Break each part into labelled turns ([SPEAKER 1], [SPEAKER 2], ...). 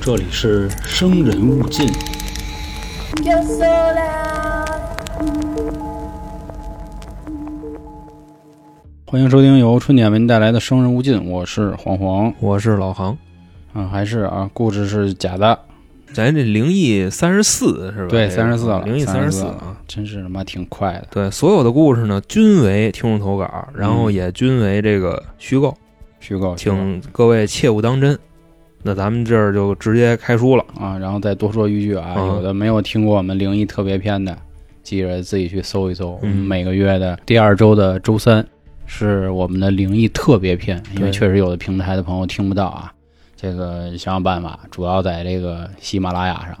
[SPEAKER 1] 这里是生人勿近。
[SPEAKER 2] Yo sola,
[SPEAKER 1] 欢迎收听由春点为您带来的《生人勿近》，我是黄黄
[SPEAKER 3] 我是老航。
[SPEAKER 1] 啊，还是啊，故事是假的，
[SPEAKER 3] 咱这灵异三十四是吧？
[SPEAKER 1] 对，三十四了，
[SPEAKER 3] 灵异
[SPEAKER 1] 三
[SPEAKER 3] 三
[SPEAKER 1] 十
[SPEAKER 3] 十
[SPEAKER 1] 四
[SPEAKER 3] 四
[SPEAKER 1] 了啊，，真是他妈挺快的。
[SPEAKER 3] 对，所有的故事呢，均为听众投稿，
[SPEAKER 1] 嗯
[SPEAKER 3] 然后也均为这个虚构，
[SPEAKER 1] 虚构，虚
[SPEAKER 3] 请各位切勿当真。那咱们这儿就直接开书了，
[SPEAKER 1] 构啊，然后再多说一句啊，
[SPEAKER 3] 嗯
[SPEAKER 1] 有的没有听过我们灵异特别篇的，记着自己去搜一搜。我们
[SPEAKER 3] 嗯
[SPEAKER 1] 每个月的第二周的周三是我们的灵异特别篇，因为
[SPEAKER 3] 对
[SPEAKER 1] 确实有的平台的朋友听不到啊，这个想想办法，主要在这个喜马拉雅上，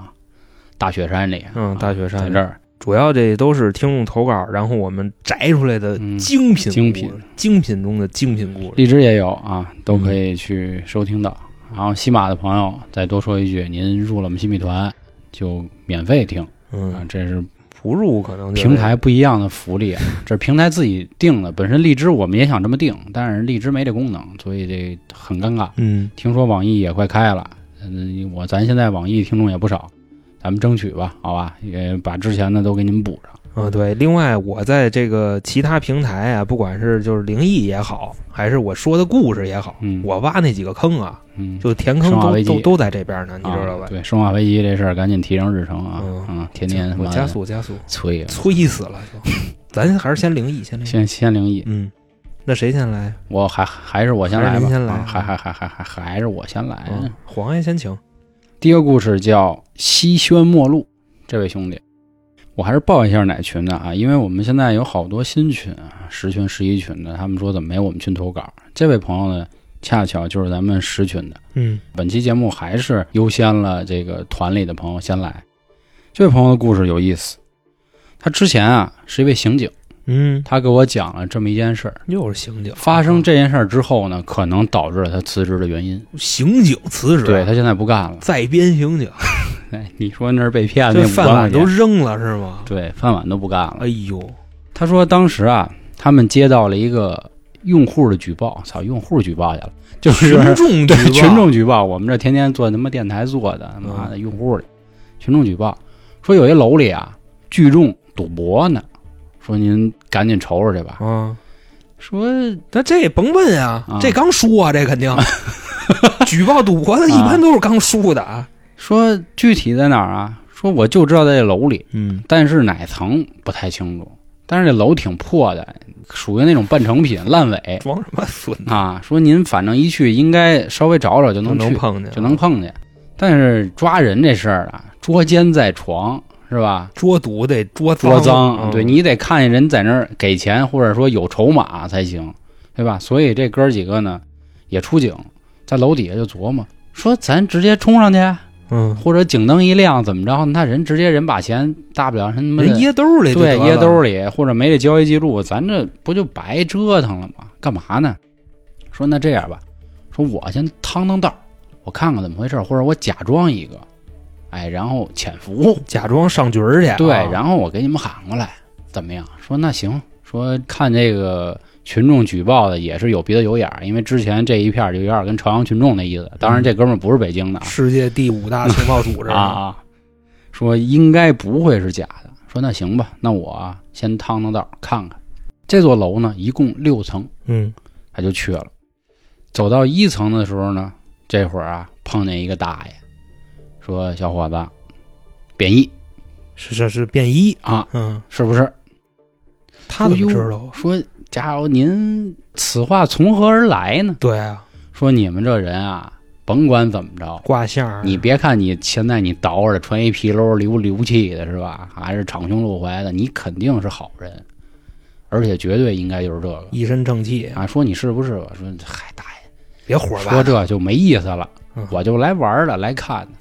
[SPEAKER 1] 大雪山里啊，
[SPEAKER 3] 嗯大雪山
[SPEAKER 1] 在这儿。
[SPEAKER 3] 主要这都是听众投稿，然后我们摘出来的
[SPEAKER 1] 嗯
[SPEAKER 3] 精品、
[SPEAKER 1] 精品、
[SPEAKER 3] 精品中的精品故事。
[SPEAKER 1] 荔枝也有啊，都
[SPEAKER 3] 嗯
[SPEAKER 1] 可以去收听到。然后西马的朋友，再多说一句，您入了我们新米团就免费听啊
[SPEAKER 3] 嗯，，
[SPEAKER 1] 这是
[SPEAKER 3] 不入可能就
[SPEAKER 1] 平台不一样的福利啊，这是平台自己定的。本身荔枝我们也想这么定，但是荔枝没这功能，所以这很尴尬。
[SPEAKER 3] 嗯，
[SPEAKER 1] 听说网易也快开了，嗯，我咱现在网易听众也不少，咱们争取吧，好吧，也把之前的都给您补上。
[SPEAKER 3] 啊，对。另外，我在这个其他平台啊，不管是就是灵异也好，还是我说的故事也好，
[SPEAKER 1] 嗯
[SPEAKER 3] 我挖那几个坑啊，
[SPEAKER 1] 嗯，
[SPEAKER 3] 就填坑
[SPEAKER 1] 生化
[SPEAKER 3] 都
[SPEAKER 1] 危机
[SPEAKER 3] 都都在这边呢，你知道吧
[SPEAKER 1] 啊？对，生化危机这事儿赶紧提上日程啊，
[SPEAKER 3] 嗯
[SPEAKER 1] 嗯，天天他
[SPEAKER 3] 我
[SPEAKER 1] 妈
[SPEAKER 3] 加速加速，
[SPEAKER 1] 催啊。
[SPEAKER 3] 催死了就。 咱还是先灵异，先灵异。
[SPEAKER 1] 先先灵异，
[SPEAKER 3] 嗯，那谁先来？
[SPEAKER 1] 我还还是我先
[SPEAKER 3] 还
[SPEAKER 1] 来吧，
[SPEAKER 3] 是您先来
[SPEAKER 1] 啊还还还还还还是我先来。
[SPEAKER 3] 嗯，黄爷先请。
[SPEAKER 1] 第一个故事叫西轩末路，这位兄弟，我还是报一下哪群的啊，因为我们现在有好多新群啊，十群、十一群的，他们说怎么没我们群投稿？这位朋友呢，恰巧就是咱们十群的。
[SPEAKER 3] 嗯
[SPEAKER 1] 本期节目还是优先了这个团里的朋友先来。这位朋友的故事有意思，他之前啊是一位刑警，
[SPEAKER 3] 嗯，
[SPEAKER 1] 他给我讲了这么一件事儿。
[SPEAKER 3] 又是刑警啊
[SPEAKER 1] 发生这件事儿之后呢，可能导致了他辞职的原因。
[SPEAKER 3] 刑警辞职，啊
[SPEAKER 1] 对他现在不干了。
[SPEAKER 3] 在编刑警，
[SPEAKER 1] 哎，你说那是被骗的，
[SPEAKER 3] 这
[SPEAKER 1] 那五
[SPEAKER 3] 饭
[SPEAKER 1] 万块
[SPEAKER 3] 碗都
[SPEAKER 1] 钱，
[SPEAKER 3] 扔了是吗？
[SPEAKER 1] 对饭碗都不干了
[SPEAKER 3] 哎。呦，
[SPEAKER 1] 他说当时啊，他们接到了一个用户的举报，操，用户举报去了，就是
[SPEAKER 3] 群众
[SPEAKER 1] 对
[SPEAKER 3] 举报
[SPEAKER 1] 群众举报，我们这天天做他妈电台做的，妈
[SPEAKER 3] 嗯
[SPEAKER 1] 的用户里，群众举报说有一楼里啊聚众赌博呢，说您赶紧瞅瞅去吧。
[SPEAKER 3] 啊，
[SPEAKER 1] 说
[SPEAKER 3] 那这甭问啊
[SPEAKER 1] 啊，
[SPEAKER 3] 这刚输啊，这肯 定。举报赌博的一般都是刚输的啊。
[SPEAKER 1] 说具体在哪儿啊？说我就知道在这楼里，
[SPEAKER 3] 嗯，
[SPEAKER 1] 但是哪层不太清楚。但是这楼挺破的，属于那种半成品、烂尾
[SPEAKER 3] 装什么孙子？
[SPEAKER 1] 啊。说您反正一去，应该稍微找找就能
[SPEAKER 3] 都
[SPEAKER 1] 去，
[SPEAKER 3] 碰见，啊
[SPEAKER 1] 就能碰见。但是抓人这事儿啊，捉奸在床是吧？
[SPEAKER 3] 捉赌得捉
[SPEAKER 1] 捉
[SPEAKER 3] 脏
[SPEAKER 1] 脏，啊
[SPEAKER 3] 了，
[SPEAKER 1] 对
[SPEAKER 3] 嗯
[SPEAKER 1] 你得看见人在那儿给钱，或者说有筹码才行，对吧？所以这哥儿几个呢，也出警，在楼底下就琢磨，说咱直接冲上去，啊
[SPEAKER 3] 嗯，
[SPEAKER 1] 或者警灯一亮怎么着？那人直接人把钱，大不了人他妈的
[SPEAKER 3] 人掖兜里就
[SPEAKER 1] 对，
[SPEAKER 3] 得了
[SPEAKER 1] 掖兜里或者没这交易记录，咱这不就白折腾了吗？干嘛呢？说那这样吧，说我先趟趟道儿，我看看怎么回事儿，或者我假装一个，哎，然后潜伏，
[SPEAKER 3] 假装上局儿去啊。
[SPEAKER 1] 对，然后我给你们喊过来，怎么样？说那行，说看这个群众举报的也是有鼻子有眼儿，因为之前这一片儿就有点儿跟朝阳群众那意思。当然，这哥们儿不是北京的啊，
[SPEAKER 3] 世界第五大情报组织
[SPEAKER 1] 啊，啊，说应该不会是假的。说那行吧，那我啊先趟趟道儿看看。这座楼呢，一共六层，
[SPEAKER 3] 嗯
[SPEAKER 1] 他就去了。走到一层的时候呢，这会儿啊碰见一个大爷，说小伙子，便宜
[SPEAKER 3] 是是是便衣，
[SPEAKER 1] 啊，
[SPEAKER 3] 嗯，
[SPEAKER 1] 是不是？
[SPEAKER 3] 他怎么知
[SPEAKER 1] 说
[SPEAKER 3] 道
[SPEAKER 1] 哟
[SPEAKER 3] 啊？
[SPEAKER 1] 说家伙，您此话从何而来呢？
[SPEAKER 3] 对啊，
[SPEAKER 1] 说你们这人啊，甭管怎么着，
[SPEAKER 3] 挂相儿
[SPEAKER 1] 你别看你现在你捯饬着穿一皮褛，流流气的是吧？还是敞胸露怀的，你肯定是好人，而且绝对应该就是这个
[SPEAKER 3] 一身正气，
[SPEAKER 1] 啊。说你是不是？我说嗨，大爷，
[SPEAKER 3] 别火吧。
[SPEAKER 1] 说这就没意思了
[SPEAKER 3] 嗯，
[SPEAKER 1] 我就来玩儿的，来看的。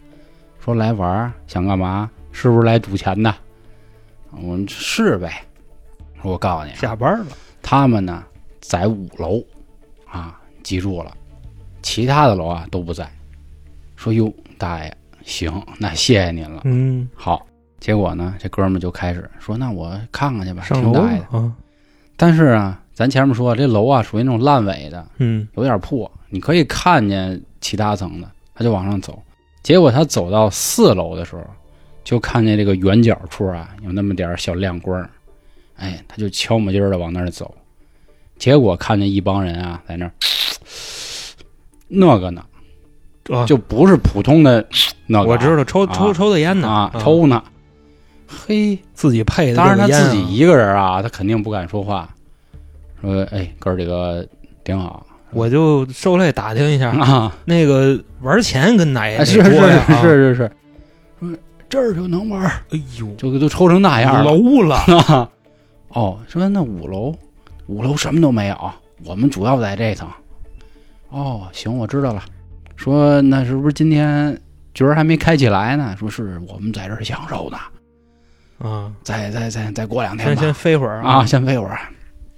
[SPEAKER 1] 说来玩儿想干嘛？是不是来赌钱的？我说是呗。我告诉你啊，
[SPEAKER 3] 下班了，
[SPEAKER 1] 他们呢在五楼，啊，记住了，其他的楼啊都不在。说哟，大爷，行，那谢谢您了。
[SPEAKER 3] 嗯，
[SPEAKER 1] 好，结果呢，这哥们儿就开始说，那我看看去吧，
[SPEAKER 3] 上
[SPEAKER 1] 挺
[SPEAKER 3] 楼
[SPEAKER 1] 大爷的。
[SPEAKER 3] 啊，
[SPEAKER 1] 但是啊，咱前面说这楼啊属于那种烂尾的，
[SPEAKER 3] 嗯
[SPEAKER 1] 有点破，你可以看见其他层的。他就往上走，结果他走到四楼的时候，就看见这个圆角处啊有那么点儿小亮光儿，哎，他就悄没劲儿的往那儿走，结果看见一帮人啊在那儿 那个呢，
[SPEAKER 3] 啊，
[SPEAKER 1] 就不是普通的那个啊，
[SPEAKER 3] 我知道抽
[SPEAKER 1] 啊
[SPEAKER 3] 抽抽的烟呢嗯
[SPEAKER 1] 啊，抽呢，嘿，
[SPEAKER 3] 自己配的，
[SPEAKER 1] 当然他自己，一个人啊，他肯定不敢说话，说哎哥儿几个挺好
[SPEAKER 3] 我就受累打听一下，
[SPEAKER 1] 啊，
[SPEAKER 3] 那个玩钱跟哪
[SPEAKER 1] 哎
[SPEAKER 3] 也
[SPEAKER 1] 是是是是
[SPEAKER 3] 是，
[SPEAKER 1] 是是，说这儿就能玩儿，
[SPEAKER 3] 啊哎呦，
[SPEAKER 1] 就都抽成那样了。
[SPEAKER 3] 楼了，
[SPEAKER 1] 哦，说那五楼，五楼什么都没有，我们主要在这层。哦，行，我知道了。说那是不是今天角儿还没开起来呢？说是我们在这儿享受呢，
[SPEAKER 3] 啊，
[SPEAKER 1] 再再再再过两天
[SPEAKER 3] 先
[SPEAKER 1] 吧。
[SPEAKER 3] 先飞会儿
[SPEAKER 1] 啊，，先飞会儿。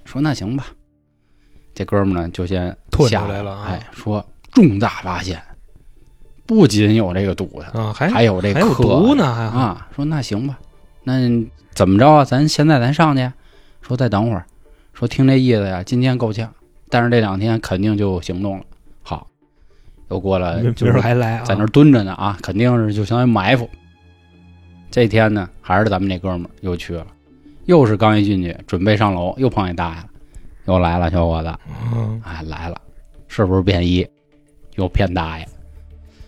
[SPEAKER 1] 说那行吧。这哥们儿呢就先
[SPEAKER 3] 退
[SPEAKER 1] 下
[SPEAKER 3] 出来了啊
[SPEAKER 1] 哎，说重大发现，不仅有这个赌的，
[SPEAKER 3] 啊，还
[SPEAKER 1] 还有这
[SPEAKER 3] 还
[SPEAKER 1] 个
[SPEAKER 3] 有毒呢，还
[SPEAKER 1] 啊，说那行吧，那怎么着啊？咱现在咱上去，说再等会儿，说听这意思呀，今天够呛，但是这两天肯定就行动了。好，又过了
[SPEAKER 3] 明，
[SPEAKER 1] 呃就
[SPEAKER 3] 明
[SPEAKER 1] 是
[SPEAKER 3] 儿还来啊，
[SPEAKER 1] 在那儿蹲着呢啊，肯定是就相当于埋伏。这天呢，还是咱们这哥们儿又去了，又是刚一进去，准备上楼，又碰见大爷了，又来了，小伙子，
[SPEAKER 3] 嗯，
[SPEAKER 1] 哎，来了，是不是便衣？又骗大爷，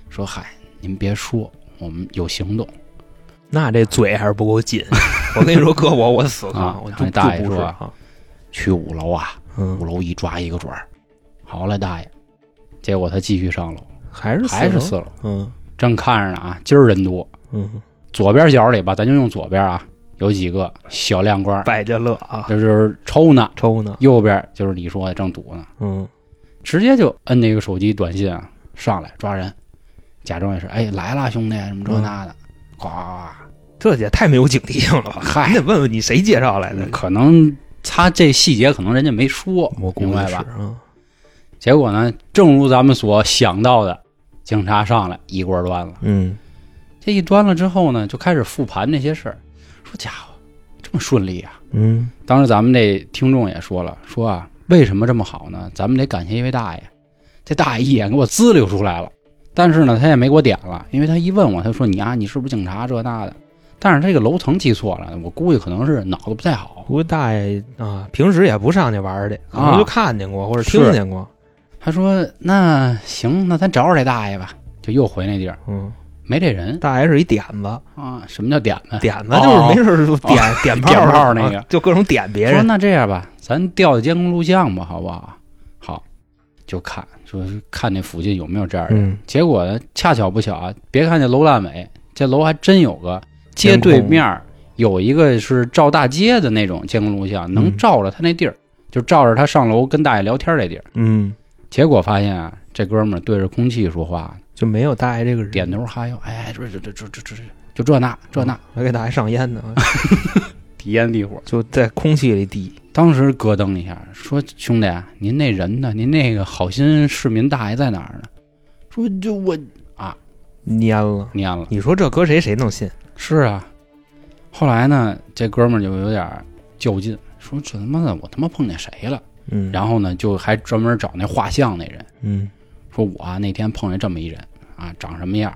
[SPEAKER 1] 说嗨，您别说，我们有行动。
[SPEAKER 3] 那这嘴还是不够 紧，我跟你说，搁我我死
[SPEAKER 1] 啊
[SPEAKER 3] 了，我就
[SPEAKER 1] 那大爷
[SPEAKER 3] 就不是
[SPEAKER 1] 说
[SPEAKER 3] 啊，
[SPEAKER 1] 去五楼啊，五
[SPEAKER 3] 嗯，
[SPEAKER 1] 楼一抓一个准儿。好嘞，大爷。结果他继续上楼，
[SPEAKER 3] 还是
[SPEAKER 1] 还是
[SPEAKER 3] 楼
[SPEAKER 1] 四楼。
[SPEAKER 3] 嗯
[SPEAKER 1] 正看着呢啊，今儿人多，
[SPEAKER 3] 嗯，
[SPEAKER 1] 左边角里吧，咱就用左边啊，有几个小亮官儿，
[SPEAKER 3] 百家乐啊，
[SPEAKER 1] 这就是抽呢；
[SPEAKER 3] 抽呢，
[SPEAKER 1] 右边就是你说的正堵呢，
[SPEAKER 3] 嗯，
[SPEAKER 1] 直接就摁那个手机短信啊，上来抓人，假装也是哎来啦兄弟什么这那的，呱呱
[SPEAKER 3] 这也太没有警惕性了吧？
[SPEAKER 1] 嗨
[SPEAKER 3] 你得问问你谁介绍来
[SPEAKER 1] 呱，
[SPEAKER 3] 的，
[SPEAKER 1] 嗯可能他这细节可能人家没说，
[SPEAKER 3] 我估
[SPEAKER 1] 明
[SPEAKER 3] 计
[SPEAKER 1] 白
[SPEAKER 3] 是
[SPEAKER 1] 吧？
[SPEAKER 3] 啊，
[SPEAKER 1] 结果呢，正如咱们所想到的，警察上来一锅端了。
[SPEAKER 3] 嗯，
[SPEAKER 1] 这一端了之后呢，就开始复盘这些事儿。说家伙，这么顺利啊！
[SPEAKER 3] 嗯，
[SPEAKER 1] 当时咱们这听众也说了，说啊，为什么这么好呢？咱们得感谢一位大爷，这大爷一眼给我滋溜出来了。但是呢，他也没给我点了，因为他一问我，他说你啊，你是不是警察这那的？但是这个楼层记错了，我估计可能是脑子不太好。
[SPEAKER 3] 不过大爷啊，平时也不上去玩儿去，可能
[SPEAKER 1] 啊
[SPEAKER 3] 就看见过或者
[SPEAKER 1] 是
[SPEAKER 3] 听见过，
[SPEAKER 1] 他说那行，那咱找找这大爷吧，就又回那地儿，
[SPEAKER 3] 嗯，
[SPEAKER 1] 没这人
[SPEAKER 3] 大爷是一点子，
[SPEAKER 1] 啊。什么叫点呢？
[SPEAKER 3] 点子就是没事儿就点点炮
[SPEAKER 1] 哦点炮
[SPEAKER 3] 啊
[SPEAKER 1] 那个
[SPEAKER 3] 就各种点别
[SPEAKER 1] 说
[SPEAKER 3] 人，
[SPEAKER 1] 那这样吧，咱调调监控录像吧，好不好？好，就看说看这附近有没有这样的人。
[SPEAKER 3] 嗯，
[SPEAKER 1] 结果呢，恰巧不巧啊，别看这楼烂尾，这楼还真有个街对面儿有一个是照大街的那种监控录像，能
[SPEAKER 3] 嗯
[SPEAKER 1] 照着他那地儿，就照着他上楼跟大爷聊天这地儿。
[SPEAKER 3] 嗯，
[SPEAKER 1] 结果发现啊，这哥们儿对着空气说话，
[SPEAKER 3] 就没有大爷这个人，
[SPEAKER 1] 点头哈腰，哎，这这这这这这就这那这那，
[SPEAKER 3] 还给大爷上烟呢，
[SPEAKER 1] 底烟地火。
[SPEAKER 3] 就在空气里滴，
[SPEAKER 1] 当时咯噔一下，说：“兄弟，啊，您那人呢？您那个好心市民大爷在哪儿呢？”说：“就我
[SPEAKER 3] 蔫了。
[SPEAKER 1] 蔫了。
[SPEAKER 3] 你说这搁谁谁能信？”
[SPEAKER 1] 是啊，后来呢，这哥们儿就有点较劲，说：“这他妈的，我他妈碰见谁了
[SPEAKER 3] 嗯？”，
[SPEAKER 1] 然后呢，就还专门找那画像那人，
[SPEAKER 3] 嗯，
[SPEAKER 1] 说：“我啊那天碰见这么一人啊，长什么样，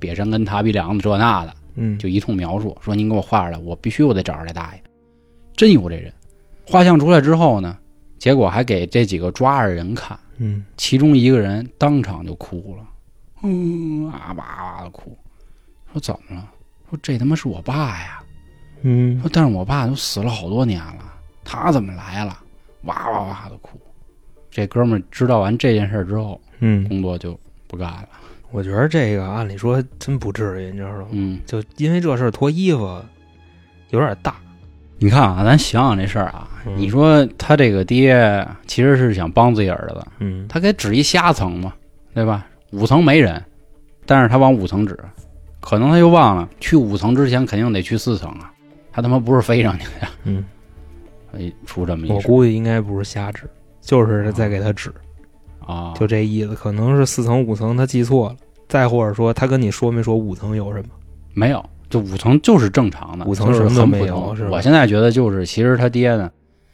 [SPEAKER 1] 瘪身跟塌鼻梁子这那的，
[SPEAKER 3] 嗯，
[SPEAKER 1] 就一通描述，说您给我画出来，我必须我得找着这大爷，真有这人。画像出来之后呢，结果还给这几个抓着人看，
[SPEAKER 3] 嗯，
[SPEAKER 1] 其中一个人当场就哭了，嗯啊哇哇的哭，说怎么了？说这他妈是我爸呀！
[SPEAKER 3] 嗯，
[SPEAKER 1] 说但是我爸都死了好多年了，他怎么来了？哇哇哇的哭。这哥们儿知道完这件事儿之后，
[SPEAKER 3] 嗯，
[SPEAKER 1] 工作就不干了。
[SPEAKER 3] 我觉得这个按理说真不至于，你知道吗？
[SPEAKER 1] 嗯，
[SPEAKER 3] 就因为这事儿脱衣服有点大，
[SPEAKER 1] 你看啊，咱想想这事儿啊，
[SPEAKER 3] 嗯
[SPEAKER 1] 你说他这个爹其实是想帮自己儿子，
[SPEAKER 3] 嗯，
[SPEAKER 1] 他给指一下层嘛，对吧？五层没人，但是他往五层指，可能他又忘了去五层之前肯定得去四层啊，他他妈不是飞上去的呀，
[SPEAKER 3] 嗯，
[SPEAKER 1] 所以出这么
[SPEAKER 3] 我
[SPEAKER 1] 一事
[SPEAKER 3] 估计应该不是瞎指，就是在给他指，
[SPEAKER 1] 啊，
[SPEAKER 3] 就这意思。可能是四层五层他记错了，再或者说他跟你说没说五层有什么？
[SPEAKER 1] 没有，就五层就是正常的，
[SPEAKER 3] 五层
[SPEAKER 1] 就是
[SPEAKER 3] 什么都
[SPEAKER 1] 很
[SPEAKER 3] 没
[SPEAKER 1] 普
[SPEAKER 3] 有
[SPEAKER 1] 通
[SPEAKER 3] 是吧
[SPEAKER 1] 我现在觉得就是，其实他爹呢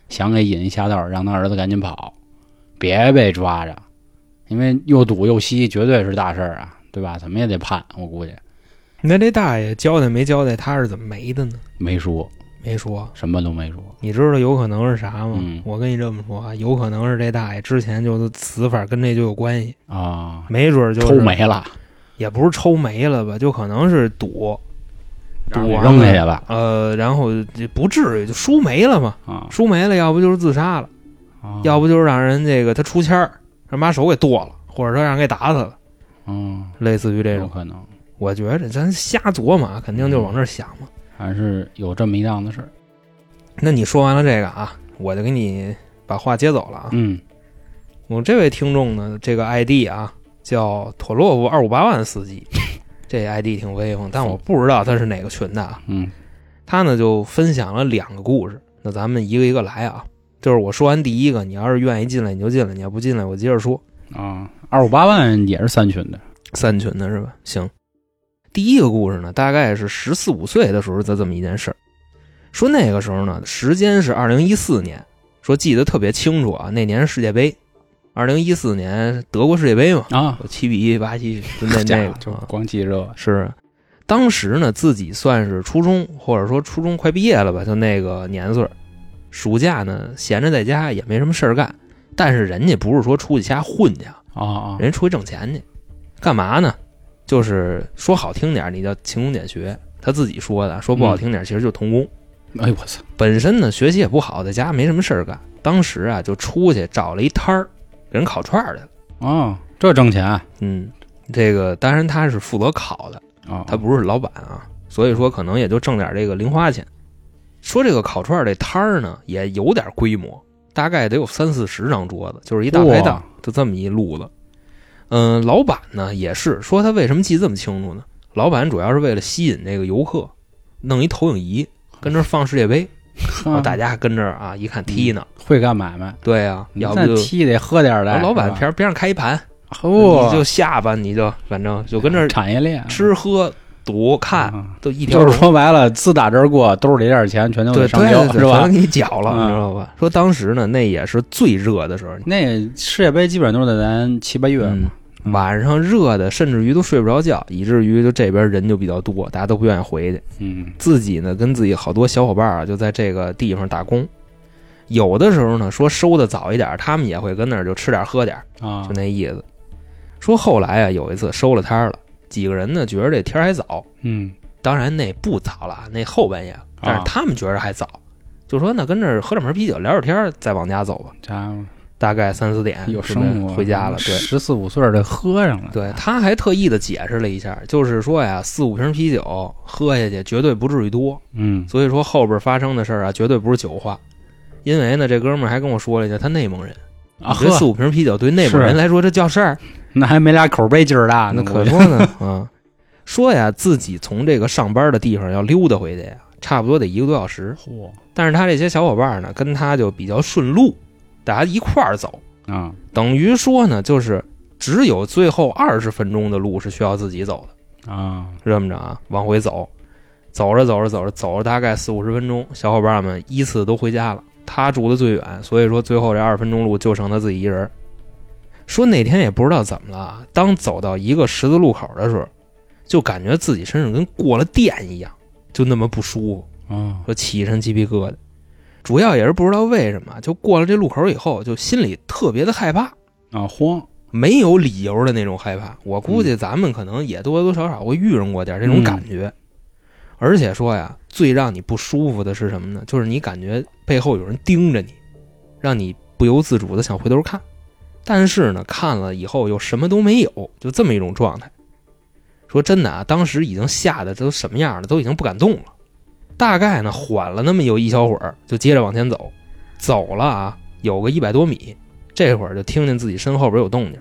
[SPEAKER 1] 想给引一下道，让他儿子赶紧跑，别被抓着，因为又赌又吸绝对是大事儿啊，对吧？怎么也得判，我估计
[SPEAKER 3] 那这大爷交代没交代他是怎么没的呢？
[SPEAKER 1] 没说，
[SPEAKER 3] 没说。
[SPEAKER 1] 什么都没说。
[SPEAKER 3] 你知道有可能是啥吗？
[SPEAKER 1] 嗯
[SPEAKER 3] 我跟你这么说啊，有可能是这大爷之前就是死法跟这就有关系，
[SPEAKER 1] 啊，
[SPEAKER 3] 没准就是
[SPEAKER 1] 抽没了，
[SPEAKER 3] 也不是抽没了吧，就可能是赌，
[SPEAKER 1] 让
[SPEAKER 3] 赌
[SPEAKER 1] 给
[SPEAKER 3] 完
[SPEAKER 1] 扔下
[SPEAKER 3] 了
[SPEAKER 1] 去了
[SPEAKER 3] 呃，然后就不至于就输没了嘛，
[SPEAKER 1] 啊，
[SPEAKER 3] 输没了，要不就是自杀了，
[SPEAKER 1] 啊
[SPEAKER 3] 要不就是让人这个他出签儿，让把手给剁了，或者说让人给打死了，
[SPEAKER 1] 嗯，
[SPEAKER 3] 类似于这
[SPEAKER 1] 有
[SPEAKER 3] 种。
[SPEAKER 1] 可能
[SPEAKER 3] 我觉着咱瞎琢磨啊，肯定就往这儿想嘛。
[SPEAKER 1] 还是有这么一档子事儿。
[SPEAKER 3] 那你说完了这个啊，我就给你把话接走了啊。
[SPEAKER 1] 嗯，
[SPEAKER 3] 我这位听众呢，这个 ID 啊叫妥洛夫二五八万司机，这 ID 挺威风，但我不知道他是哪个群的啊。
[SPEAKER 1] 嗯
[SPEAKER 3] 他呢就分享了两个故事，那咱们一个一个来啊。就是我说完第一个，你要是愿意进来你就进来，你要不进来我接着说。
[SPEAKER 1] 啊，二五八万也是三群的。
[SPEAKER 3] 三群的是吧？行。第一个故事呢，大概是十四五岁的时候的这么一件事儿。说那个时候呢，时间是二零一四年，说记得特别清楚啊，那年是世界杯，二零一四年德国世界杯嘛，
[SPEAKER 1] 啊，
[SPEAKER 3] 七比一巴西就那
[SPEAKER 1] 家
[SPEAKER 3] 那
[SPEAKER 1] 伙
[SPEAKER 3] 个
[SPEAKER 1] 就
[SPEAKER 3] 啊
[SPEAKER 1] 光记这个
[SPEAKER 3] 是。当时呢，自己算是初中或者说初中快毕业了吧，就那个年岁儿。暑假呢，闲着在家也没什么事儿干，但是人家不是说出去瞎混去啊，
[SPEAKER 1] 啊啊
[SPEAKER 3] 人家出去挣钱去，干嘛呢？就是说好听点，儿，你叫勤工俭学。他自己说的，说不好听点，儿，其实就童工。
[SPEAKER 1] 哎呦我操！
[SPEAKER 3] 本身呢，学习也不好，在家没什么事儿干。当时啊，就出去找了一摊儿，给人烤串儿去了。
[SPEAKER 1] 啊，这挣钱啊！
[SPEAKER 3] 嗯，这个当然他是负责烤的，
[SPEAKER 1] 啊
[SPEAKER 3] 他不是老板啊，所以说可能也就挣点这个零花钱。说这个烤串儿这摊儿呢，也有点规模，大概得有三四十张桌子，就是一大排档
[SPEAKER 1] 哇，
[SPEAKER 3] 就这么一路子。嗯，老板呢也是说他为什么记这么清楚呢？老板主要是为了吸引这个游客，弄一投影仪跟这儿放世界杯，然后
[SPEAKER 1] 啊
[SPEAKER 3] 大家跟这儿啊一看踢呢，
[SPEAKER 1] 会干买卖，
[SPEAKER 3] 对呀、啊，
[SPEAKER 1] 你
[SPEAKER 3] 要不
[SPEAKER 1] 再
[SPEAKER 3] 就
[SPEAKER 1] 嗯
[SPEAKER 3] 啊
[SPEAKER 1] 踢得喝点儿来。
[SPEAKER 3] 老板
[SPEAKER 1] 是吧
[SPEAKER 3] 边边上开一盘，
[SPEAKER 1] 嚯，
[SPEAKER 3] 你就下吧，你就反正就跟这儿
[SPEAKER 1] 产业链
[SPEAKER 3] 吃喝赌看
[SPEAKER 1] 啊
[SPEAKER 3] 都一条
[SPEAKER 1] 就
[SPEAKER 3] 龙
[SPEAKER 1] 是说白了，自打这儿过，兜里这点钱全都
[SPEAKER 3] 对
[SPEAKER 1] 得上
[SPEAKER 3] 对
[SPEAKER 1] 交，
[SPEAKER 3] 对
[SPEAKER 1] 是
[SPEAKER 3] 全
[SPEAKER 1] 吧？
[SPEAKER 3] 给你搅了，
[SPEAKER 1] 嗯
[SPEAKER 3] 你知道吧？说当时呢，那也是最热的时候，
[SPEAKER 1] 那世界杯基本都是在咱七八月嘛，
[SPEAKER 3] 嗯晚上热的，甚至于都睡不着觉，以至于就这边人就比较多，大家都不愿意回去。
[SPEAKER 1] 嗯
[SPEAKER 3] 自己呢，跟自己好多小伙伴啊，就在这个地方打工。有的时候呢，说收的早一点，他们也会跟那儿就吃点喝点，
[SPEAKER 1] 啊
[SPEAKER 3] 就那意思。说后来啊，有一次收了摊儿了，几个人呢觉得这天儿还早，
[SPEAKER 1] 嗯
[SPEAKER 3] 当然那不早了，那后半夜了，但
[SPEAKER 1] 啊
[SPEAKER 3] 是他们觉着还早，就说那跟这儿喝两瓶啤酒聊聊天儿，再往家走吧。
[SPEAKER 1] 家伙
[SPEAKER 3] 大概三四点
[SPEAKER 1] 有生活啊
[SPEAKER 3] 回家了。对，
[SPEAKER 1] 十四五岁儿的喝上了，
[SPEAKER 3] 对，他还特意的解释了一下，就是说呀，四五瓶啤酒喝下去绝对不至于多，
[SPEAKER 1] 嗯
[SPEAKER 3] 所以说后边发生的事儿啊，绝对不是酒话。因为呢，这哥们儿还跟我说了一下，他内蒙人，
[SPEAKER 1] 啊
[SPEAKER 3] 这四
[SPEAKER 1] 呵，
[SPEAKER 3] 五瓶啤酒对内蒙人来说这叫事儿，嗯
[SPEAKER 1] 那还没俩口杯劲儿大
[SPEAKER 3] 那
[SPEAKER 1] 呢，
[SPEAKER 3] 可
[SPEAKER 1] 我觉
[SPEAKER 3] 不 呢，啊，说呀，自己从这个上班的地方要溜达回去呀，差不多得一个多小时
[SPEAKER 1] 得。嚯
[SPEAKER 3] 但是他这些小伙伴呢，跟他就比较顺路，大家一块儿走，
[SPEAKER 1] 啊
[SPEAKER 3] 等于说呢，就是只有最后二十分钟的路是需要自己走的，
[SPEAKER 1] 啊
[SPEAKER 3] 是这么着啊，往回走，走着走着走着走着大概四五十分钟，小伙伴们依次都回家了。他住的最远，所以说最后这二十分钟路就剩他自己一人儿。说那天也不知道怎么了啊，当走到一个十字路口的时候，就感觉自己身上跟过了电一样，就那么不舒服。
[SPEAKER 1] 啊
[SPEAKER 3] 说起一身鸡皮疙瘩。主要也是不知道为什么，就过了这路口以后，就心里特别的害怕，
[SPEAKER 1] 啊慌，
[SPEAKER 3] 没有理由的那种害怕。我估计咱们可能也多多少少会遇上过点这种感觉。而且说呀，最让你不舒服的是什么呢？就是你感觉背后有人盯着你，让你不由自主的想回头看，但是呢，看了以后又什么都没有，就这么一种状态。说真的啊，当时已经吓得都什么样了，都已经不敢动了。大概呢，缓了那么有一小会儿，就接着往前走，走了啊，有个一百多米，这会儿就听见自己身后边有动静。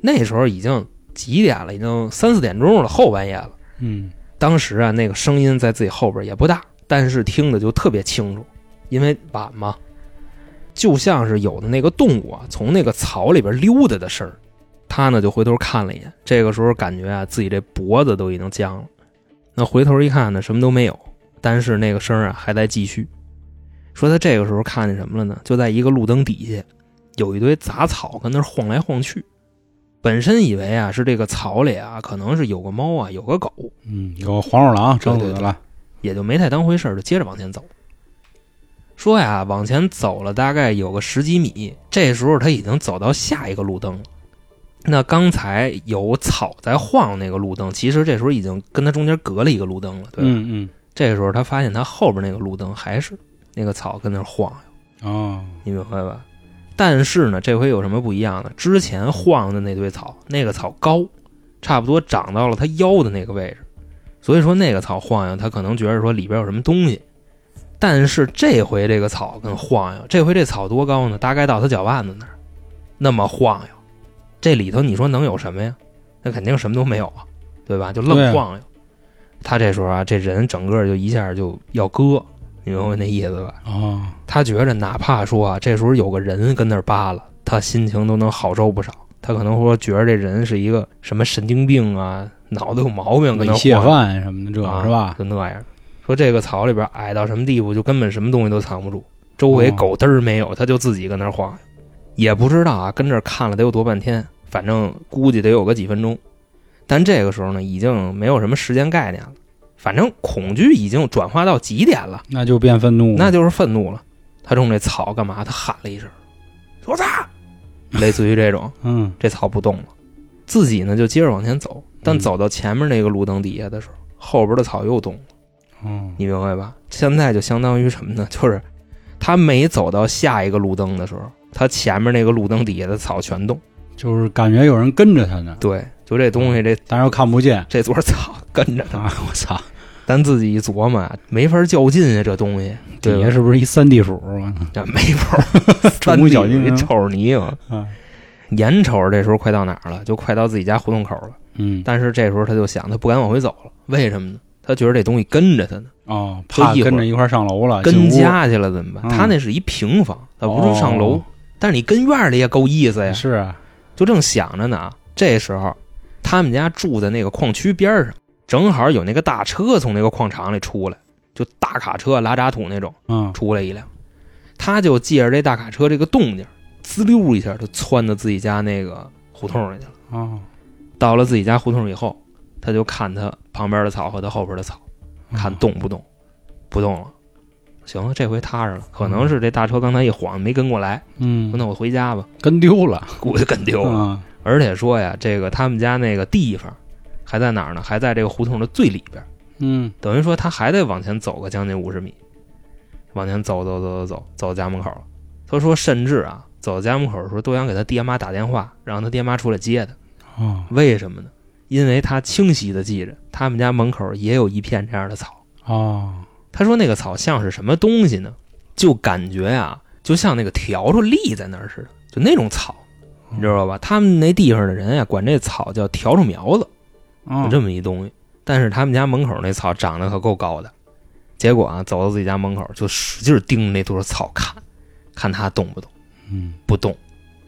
[SPEAKER 3] 那时候已经几点了？已经三四点钟了，后半夜了。
[SPEAKER 1] 嗯
[SPEAKER 3] 当时啊，那个声音在自己后边也不大，但是听的就特别清楚，因为晚嘛，就像是有的那个动物啊从那个草里边溜达的声儿。他呢就回头看了一眼，这个时候感觉啊自己这脖子都已经僵了。那回头一看呢，什么都没有，但是那个声儿啊还在继续。说他这个时候看见什么了呢？就在一个路灯底下，有一堆杂草跟那儿晃来晃去。本身以为啊是这个草里啊可能是有个猫啊有个狗，
[SPEAKER 1] 嗯，有黄鼠狼整死
[SPEAKER 3] 对对
[SPEAKER 1] 的
[SPEAKER 3] 对
[SPEAKER 1] 了，
[SPEAKER 3] 也就没太当回事儿，就接着往前走。说呀，往前走了大概有个十几米，这时候他已经走到下一个路灯了。那刚才有草在晃那个路灯，其实这时候已经跟他中间隔了一个路灯了，对吧？
[SPEAKER 1] 嗯
[SPEAKER 3] 这时候他发现他后边那个路灯还是那个草跟那儿晃悠，
[SPEAKER 1] 嗯，哦，
[SPEAKER 3] 你明白吧？但是呢，这回有什么不一样呢？之前晃的那堆草，那个草高，差不多长到了他腰的那个位置，所以说那个草晃悠，他可能觉得说里边有什么东西。但是这回这个草跟晃悠，这回这草多高呢？大概到他脚腕子那儿，那么晃悠，这里头你说能有什么呀？那肯定什么都没有啊，对吧？就愣
[SPEAKER 1] 对啊
[SPEAKER 3] 晃悠。他这时候啊，这人整个就一下就要割，你明白那意思吧？
[SPEAKER 1] 哦，
[SPEAKER 3] 他觉着哪怕说啊，这时候有个人跟那儿扒拉，他心情都能好受不少。他可能说觉着这人是一个什么神经病啊，脑子有毛病，跟
[SPEAKER 1] 猥
[SPEAKER 3] 那
[SPEAKER 1] 亵
[SPEAKER 3] 晃
[SPEAKER 1] 犯什么的，这
[SPEAKER 3] 啊
[SPEAKER 1] 是吧？
[SPEAKER 3] 就那样。说这个草里边矮到什么地步，就根本什么东西都藏不住，周围狗嘚儿没有，他就自己跟那儿晃，也不知道啊，跟这儿看了得有多半天，反正估计得有个几分钟。但这个时候呢，已经没有什么时间概念了，反正恐惧已经转化到极点了。
[SPEAKER 1] 那就变愤怒了，
[SPEAKER 3] 那就是愤怒了。他冲这草干嘛？他喊了一声：“我操！”类似于这种，
[SPEAKER 1] 嗯，
[SPEAKER 3] 这草不动了，自己呢就接着往前走。但
[SPEAKER 1] 嗯
[SPEAKER 3] 走到前面那个路灯底下的时候，后边的草又动了，
[SPEAKER 1] 哦，
[SPEAKER 3] 你明白吧？现在就相当于什么呢？就是他每走到下一个路灯的时候，他前面那个路灯底下的草全动。
[SPEAKER 1] 就是感觉有人跟着他呢，
[SPEAKER 3] 对，就这东西，这
[SPEAKER 1] 但是又看不见
[SPEAKER 3] 这撮草跟着他，
[SPEAKER 1] 啊！我操，
[SPEAKER 3] 咱自己一琢磨啊，没法较劲啊，这东西，对
[SPEAKER 1] 底
[SPEAKER 3] 吧
[SPEAKER 1] 下？是不是一三地鼠？啊我操
[SPEAKER 3] 这没 法儿，
[SPEAKER 1] 宠物小精灵
[SPEAKER 3] 一瞅泥嘛。
[SPEAKER 1] 啊
[SPEAKER 3] 眼瞅着这时候快到哪儿了，就快到自己家胡同口了。
[SPEAKER 1] 嗯，
[SPEAKER 3] 但是这时候他就想，他不敢往回走了，为什么呢？他觉得这东西跟着他呢，
[SPEAKER 1] 哦，怕
[SPEAKER 3] 就一会儿
[SPEAKER 1] 跟着一块儿上楼了，进
[SPEAKER 3] 跟
[SPEAKER 1] 屋
[SPEAKER 3] 家去了怎么
[SPEAKER 1] 嗯
[SPEAKER 3] 办？他那是一平房，他不是上楼，
[SPEAKER 1] 哦
[SPEAKER 3] 但是你跟院里也够意思呀。
[SPEAKER 1] 是啊，
[SPEAKER 3] 就正想着呢啊，这时候他们家住在那个矿区边上，正好有那个大车从那个矿场里出来，就大卡车拉渣土那种
[SPEAKER 1] 嗯，
[SPEAKER 3] 出来一辆，他就借着这大卡车这个动静，滋溜一下就窜到自己家那个胡同里去了。
[SPEAKER 1] 哦，
[SPEAKER 3] 到了自己家胡同以后，他就看他旁边的草和他后边的草，
[SPEAKER 1] 嗯
[SPEAKER 3] 看动不动，不动了。行了，这回踏实了。可能是这大车刚才一晃没跟过来，
[SPEAKER 1] 嗯，
[SPEAKER 3] 说那我回家吧，
[SPEAKER 1] 跟丢了，
[SPEAKER 3] 估计跟丢了。
[SPEAKER 1] 嗯，
[SPEAKER 3] 而且说呀，这个他们家那个地方还在哪儿呢？还在这个胡同的最里边，
[SPEAKER 1] 嗯，
[SPEAKER 3] 等于说他还得往前走个将近五十米，往前走走走走走，走到家门口了。他说，甚至啊，走到家门口的时候都想给他爹妈打电话，让他爹妈出来接他。
[SPEAKER 1] 哦，
[SPEAKER 3] 为什么呢？因为他清晰的记着，他们家门口也有一片这样的草。
[SPEAKER 1] 哦，
[SPEAKER 3] 他说那个草像是什么东西呢？就感觉啊，就像那个笤帚立在那儿似的，就那种草，你知道吧？他们那地方的人啊，管这草叫笤帚苗子，有
[SPEAKER 1] 哦，
[SPEAKER 3] 这么一东西。但是他们家门口那草长得可够高的，结果啊，走到自己家门口就使劲盯着那坨草看，看它动不动，
[SPEAKER 1] 嗯
[SPEAKER 3] 不动。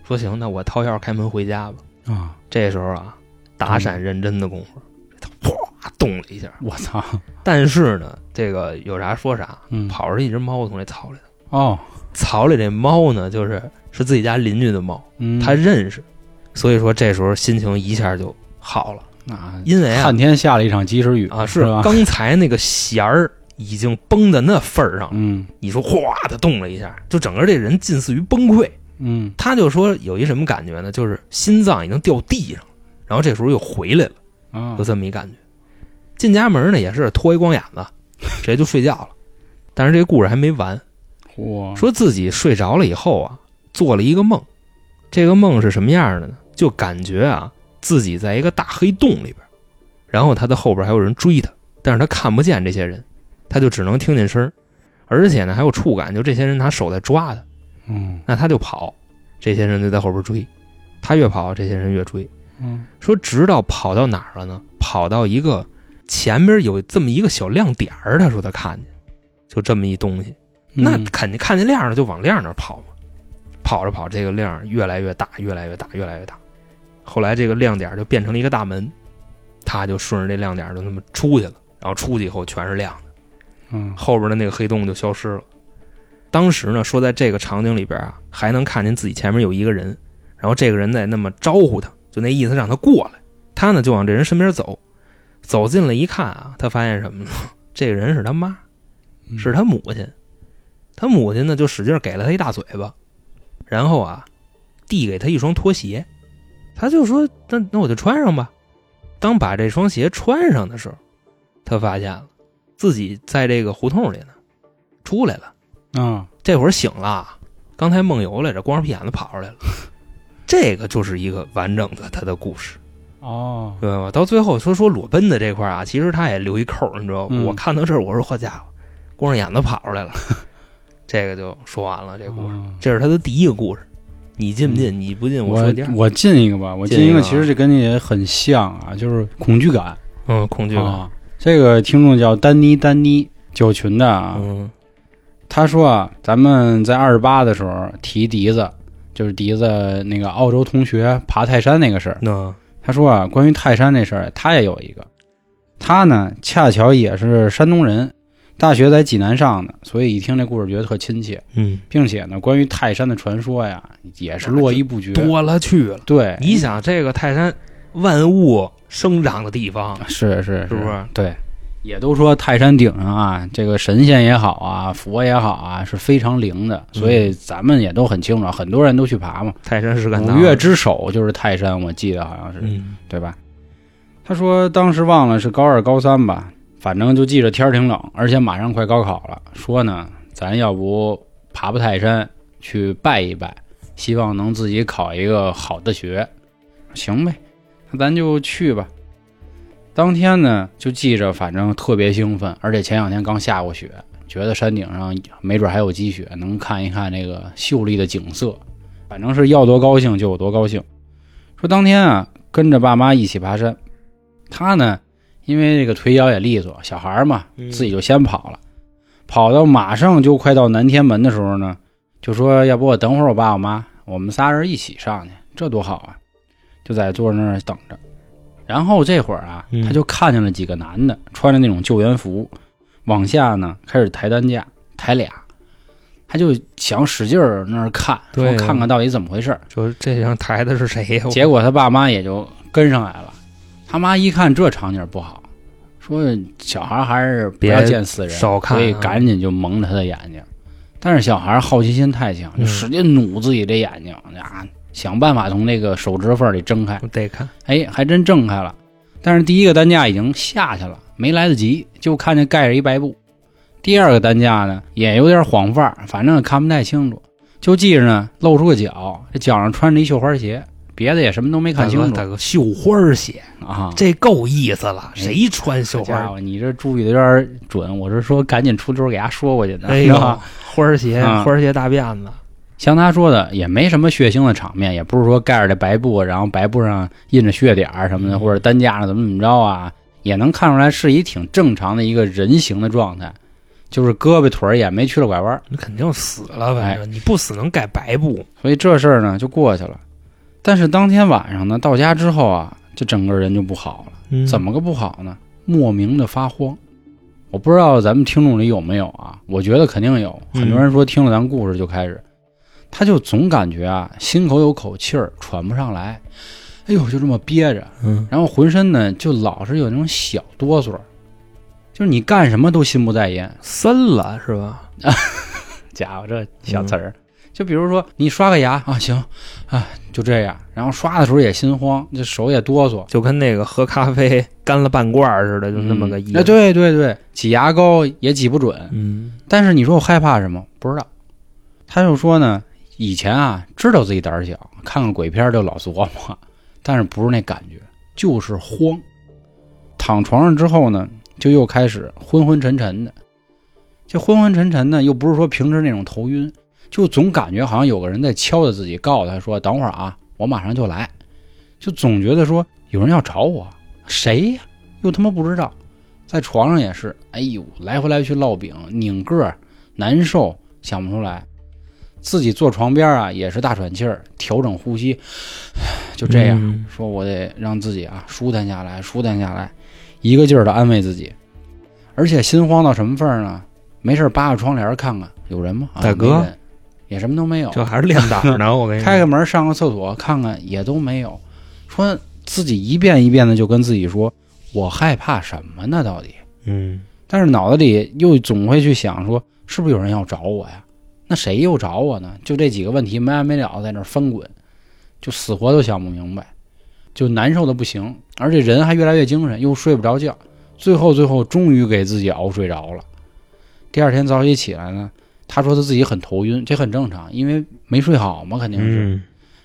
[SPEAKER 3] 说行，那我掏钥匙开门回家吧。
[SPEAKER 1] 啊，
[SPEAKER 3] 这时候啊，打闪认真的功夫，他哗动了一下。
[SPEAKER 1] 我操，
[SPEAKER 3] 但是呢，这个有啥说啥，
[SPEAKER 1] 嗯，
[SPEAKER 3] 跑着一只猫从这草里头，
[SPEAKER 1] 哦，
[SPEAKER 3] 草里这猫呢，就是是自己家邻居的猫，
[SPEAKER 1] 嗯，
[SPEAKER 3] 他认识，所以说这时候心情一下就好了，
[SPEAKER 1] 那
[SPEAKER 3] 因为啊
[SPEAKER 1] 旱天下了一场及时雨
[SPEAKER 3] 啊
[SPEAKER 1] 是吧？
[SPEAKER 3] 刚才那个弦儿。已经绷在那份儿上了，
[SPEAKER 1] 嗯
[SPEAKER 3] 你说哗，他动了一下，就整个这人近似于崩溃。
[SPEAKER 1] 嗯，
[SPEAKER 3] 他就说有一什么感觉呢？就是心脏已经掉地上了，然后这时候又回来了。
[SPEAKER 1] 啊
[SPEAKER 3] 有，这么一感觉。进家门呢也是脱一光眼子，直接就睡觉了。但是这个故事还没完，
[SPEAKER 1] 我
[SPEAKER 3] 说自己睡着了以后啊，做了一个梦，这个梦是什么样的呢？就感觉啊自己在一个大黑洞里边，然后他的后边还有人追他，但是他看不见这些人，他就只能听见声儿，而且呢还有触感，就这些人拿手在抓他，
[SPEAKER 1] 嗯
[SPEAKER 3] 那他就跑，这些人就在后边追，他越跑这些人越追，
[SPEAKER 1] 嗯
[SPEAKER 3] 说直到跑到哪儿了呢？跑到一个前边有这么一个小亮点儿，他说他看见，就这么一东西，那
[SPEAKER 1] 嗯
[SPEAKER 3] 肯定看见亮了就往亮那儿跑嘛。跑着跑，这个亮越来越大，越来越大，越来越大。后来这个亮点儿就变成了一个大门，他就顺着这亮点儿就那么出去了。然后出去以后全是亮的，
[SPEAKER 1] 嗯
[SPEAKER 3] 后边的那个黑洞就消失了。当时呢，说在这个场景里边啊，还能看见自己前面有一个人，然后这个人在那么招呼他，就那意思让他过来。他呢就往这人身边走，走近了一看啊，他发现什么呢？ 这个人是他妈，
[SPEAKER 1] 嗯
[SPEAKER 3] 是他母亲。他母亲呢就使劲给了他一大嘴巴，然后啊，递给他一双拖鞋。他就说：“那那我就穿上吧。”当把这双鞋穿上的时候，他发现了自己在这个胡同里呢，出来了。
[SPEAKER 1] 啊，
[SPEAKER 3] 这会儿醒了，啊刚才梦游来着，光着屁眼子跑出来了。这个就是一个完整的他的故事。
[SPEAKER 1] 哦，
[SPEAKER 3] 对吧？到最后说说裸奔的这块儿啊，其实他也留一扣儿，你知道吗？
[SPEAKER 1] 嗯
[SPEAKER 3] 我看到这儿，我说好家伙，光着眼子跑 出来了，这个就说完了。这故
[SPEAKER 1] 哦
[SPEAKER 3] 事，
[SPEAKER 1] 嗯
[SPEAKER 3] 这是他的第一个故事。你进不进？你不进，我说
[SPEAKER 1] 我
[SPEAKER 3] 第二。
[SPEAKER 1] 我进一个吧，我
[SPEAKER 3] 进
[SPEAKER 1] 进
[SPEAKER 3] 一
[SPEAKER 1] 一
[SPEAKER 3] 个
[SPEAKER 1] 个，
[SPEAKER 3] 啊
[SPEAKER 1] 其实这跟你也很像啊，就是恐惧感
[SPEAKER 3] 嗯，恐惧感。
[SPEAKER 1] 啊。这个听众叫丹妮，丹妮九群的啊，
[SPEAKER 3] 嗯
[SPEAKER 1] 他说啊，咱们在二十八的时候提笛子，就是笛子那个澳洲同学爬泰山那个事儿。
[SPEAKER 3] 那
[SPEAKER 1] 他说啊，关于泰山这事儿，他也有一个。他呢，恰巧也是山东人，大学在济南上的，所以一听这故事觉得特亲切，
[SPEAKER 3] 嗯，
[SPEAKER 1] 并且呢，关于泰山的传说呀，也是络绎不绝。
[SPEAKER 3] 多了去了。
[SPEAKER 1] 对，
[SPEAKER 3] 你想，这个泰山万物生长的地方，
[SPEAKER 1] 是是
[SPEAKER 3] 是不是？
[SPEAKER 1] 对，也都说泰山顶上啊，这个神仙也好啊，佛也好啊，是非常灵的，
[SPEAKER 3] 嗯
[SPEAKER 1] 所以咱们也都很清楚，很多人都去爬嘛。
[SPEAKER 3] 泰山是个
[SPEAKER 1] 五岳之首就是泰山，我记得好像是，
[SPEAKER 3] 嗯
[SPEAKER 1] 对吧？他说当时忘了是高二高三吧，反正就记着天儿挺冷，而且马上快高考了。说呢，咱要不爬爬泰山去拜一拜，希望能自己考一个好的学。行呗，那咱就去吧。当天呢，就记着，反正特别兴奋，而且前两天刚下过雪，觉得山顶上没准还有积雪，能看一看那个秀丽的景色。反正是要多高兴就有多高兴。说当天啊，跟着爸妈一起爬山，他呢，因为这个腿脚也利索，小孩儿嘛，
[SPEAKER 3] 嗯
[SPEAKER 1] 自己就先跑了。跑到马上就快到南天门的时候呢，就说要不我等会儿我爸我妈，我们仨人一起上去，这多好啊！就在坐那儿等着。然后这会儿啊
[SPEAKER 3] 嗯，
[SPEAKER 1] 他就看见了几个男的穿着那种救援服，往下呢开始抬担架，抬俩，他就想使劲儿那儿看，说
[SPEAKER 3] 对
[SPEAKER 1] 看看到底怎么回事儿。
[SPEAKER 3] 说这上抬的是谁呀？我
[SPEAKER 1] 结果他爸妈也就跟上来了。他妈一看这场景不好，说小孩还是不要
[SPEAKER 3] 别
[SPEAKER 1] 见死人，
[SPEAKER 3] 少看啊
[SPEAKER 1] 所以赶紧就蒙着他的眼睛。但是小孩好奇心太强，就
[SPEAKER 3] 嗯
[SPEAKER 1] 使劲努自己这眼睛啊，想办法从那个手指缝里睁开。
[SPEAKER 3] 我得看，
[SPEAKER 1] 哎，还真挣开了。但是第一个担架已经下去了，没来得及，就看见盖着一白布。第二个担架呢，也有点晃范儿，反正也看不太清楚，就记着呢，露出个脚，这脚上穿着一绣花鞋，别的也什么都没看清楚
[SPEAKER 3] 大哥，绣花鞋，
[SPEAKER 1] 啊。
[SPEAKER 3] 这够意思了。谁穿
[SPEAKER 1] 哎好
[SPEAKER 3] 绣花
[SPEAKER 1] 家？伙，你这注意的有点准，我是说赶紧出溜给他说过去的，
[SPEAKER 3] 哎
[SPEAKER 1] 是
[SPEAKER 3] 呦，
[SPEAKER 1] 吧？
[SPEAKER 3] 花儿鞋，
[SPEAKER 1] 嗯
[SPEAKER 3] 花儿鞋大辫子，
[SPEAKER 1] 像他说的，也没什么血腥的场面，也不是说盖着这白布，然后白布上印着血点儿什么的，
[SPEAKER 3] 嗯
[SPEAKER 1] 或者担架上怎么怎么着啊，也能看出来是一挺正常的一个人形的状态，就是胳膊腿儿也没去了拐弯儿，
[SPEAKER 3] 你肯定死了，反
[SPEAKER 1] 哎
[SPEAKER 3] 正你不死能盖白布。
[SPEAKER 1] 所以这事儿呢就过去了。但是当天晚上呢，到家之后啊，这整个人就不好了。怎
[SPEAKER 3] 么？
[SPEAKER 1] 么个不好呢？莫名的发慌。我不知道咱们听众里有没有啊？我觉得肯定有。
[SPEAKER 3] 嗯
[SPEAKER 1] 很多人说听了咱故事就开始，他就总感觉啊，心口有口气儿，喘不上来。哎呦，就这么憋着，
[SPEAKER 3] 嗯
[SPEAKER 1] 然后浑身呢就老是有那种小哆嗦儿，就是你干什么都心不在焉。
[SPEAKER 3] 森了是吧？
[SPEAKER 1] 家伙，这小词儿，嗯就比如说你刷个牙啊，行啊，就这样。然后刷的时候也心慌，这手也哆嗦，
[SPEAKER 3] 就跟那个喝咖啡干了半罐儿似的，就那么个意
[SPEAKER 1] 哎，
[SPEAKER 3] 思。，
[SPEAKER 1] 对对对，挤牙膏也挤不准。
[SPEAKER 3] 嗯，
[SPEAKER 1] 但是你说我害怕什么？不知道。他就说呢，以前啊知道自己胆儿小，看看鬼片儿就老琢磨，但是不是那感觉，就是慌。躺床上之后呢，就又开始昏昏沉沉的。这昏昏沉沉呢，又不是说平时那种头晕，就总感觉好像有个人在敲打自己，告诉他说：“等会儿啊，我马上就来。”就总觉得说有人要找我，谁呀？又他妈不知道。在床上也是，哎呦，来回来去烙饼，拧个儿，难受，想不出来。自己坐床边啊，也是大喘气儿，调整呼吸，就这样。
[SPEAKER 3] 嗯
[SPEAKER 1] 说我得让自己啊舒坦下来，舒坦下来，一个劲儿的安慰自己，而且心慌到什么份儿呢？没事儿扒个窗帘儿看看有人吗？啊
[SPEAKER 3] 大哥
[SPEAKER 1] 没人也什么都没有，
[SPEAKER 3] 这还是练胆儿呢，我跟你说。
[SPEAKER 1] 开开门上个厕所看看也都没有，说自己一遍一遍的就跟自己说，我害怕什么呢？到底？
[SPEAKER 3] 嗯
[SPEAKER 1] 但是脑子里又总会去想说，是不是有人要找我呀？那谁又找我呢？就这几个问题没完没了的在那儿翻滚，就死活都想不明白，就难受的不行，而且人还越来越精神，又睡不着觉，最后最后终于给自己熬睡着了。第二天早起起来呢，他说他自己很头晕，这很正常，因为没睡好嘛，肯定是。
[SPEAKER 3] 嗯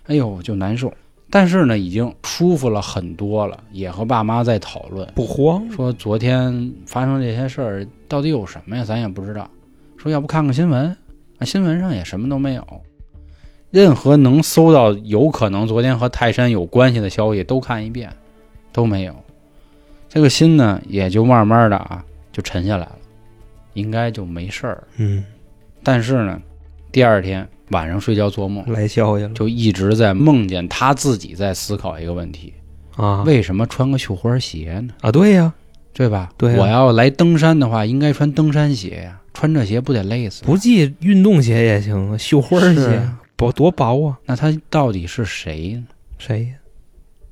[SPEAKER 1] 哎呦就难受，但是呢已经舒服了很多了，也和爸妈在讨论，
[SPEAKER 3] 不慌，
[SPEAKER 1] 说昨天发生这些事儿到底有什么呀？咱也不知道。说要不看看新闻，啊，新闻上也什么都没有，任何能搜到有可能昨天和泰山有关系的消息都看一遍，都没有。这个心呢也就慢慢的啊就沉下来了，应该就没事儿了。
[SPEAKER 3] 嗯，
[SPEAKER 1] 但是呢，第二天晚上睡觉做梦，
[SPEAKER 3] 来消息了
[SPEAKER 1] 就一直在梦见他自己在思考一个问题：
[SPEAKER 3] 啊
[SPEAKER 1] 为什么穿个绣花鞋呢？
[SPEAKER 3] 啊，对呀，
[SPEAKER 1] 对吧？
[SPEAKER 3] 对啊
[SPEAKER 1] 我要来登山的话，应该穿登山鞋呀、穿这鞋不得累死？
[SPEAKER 3] 不系运动鞋也行啊，绣花
[SPEAKER 1] 是
[SPEAKER 3] 鞋
[SPEAKER 1] 啊
[SPEAKER 3] 薄多薄啊，
[SPEAKER 1] 那他到底是谁呢？
[SPEAKER 3] 谁呀？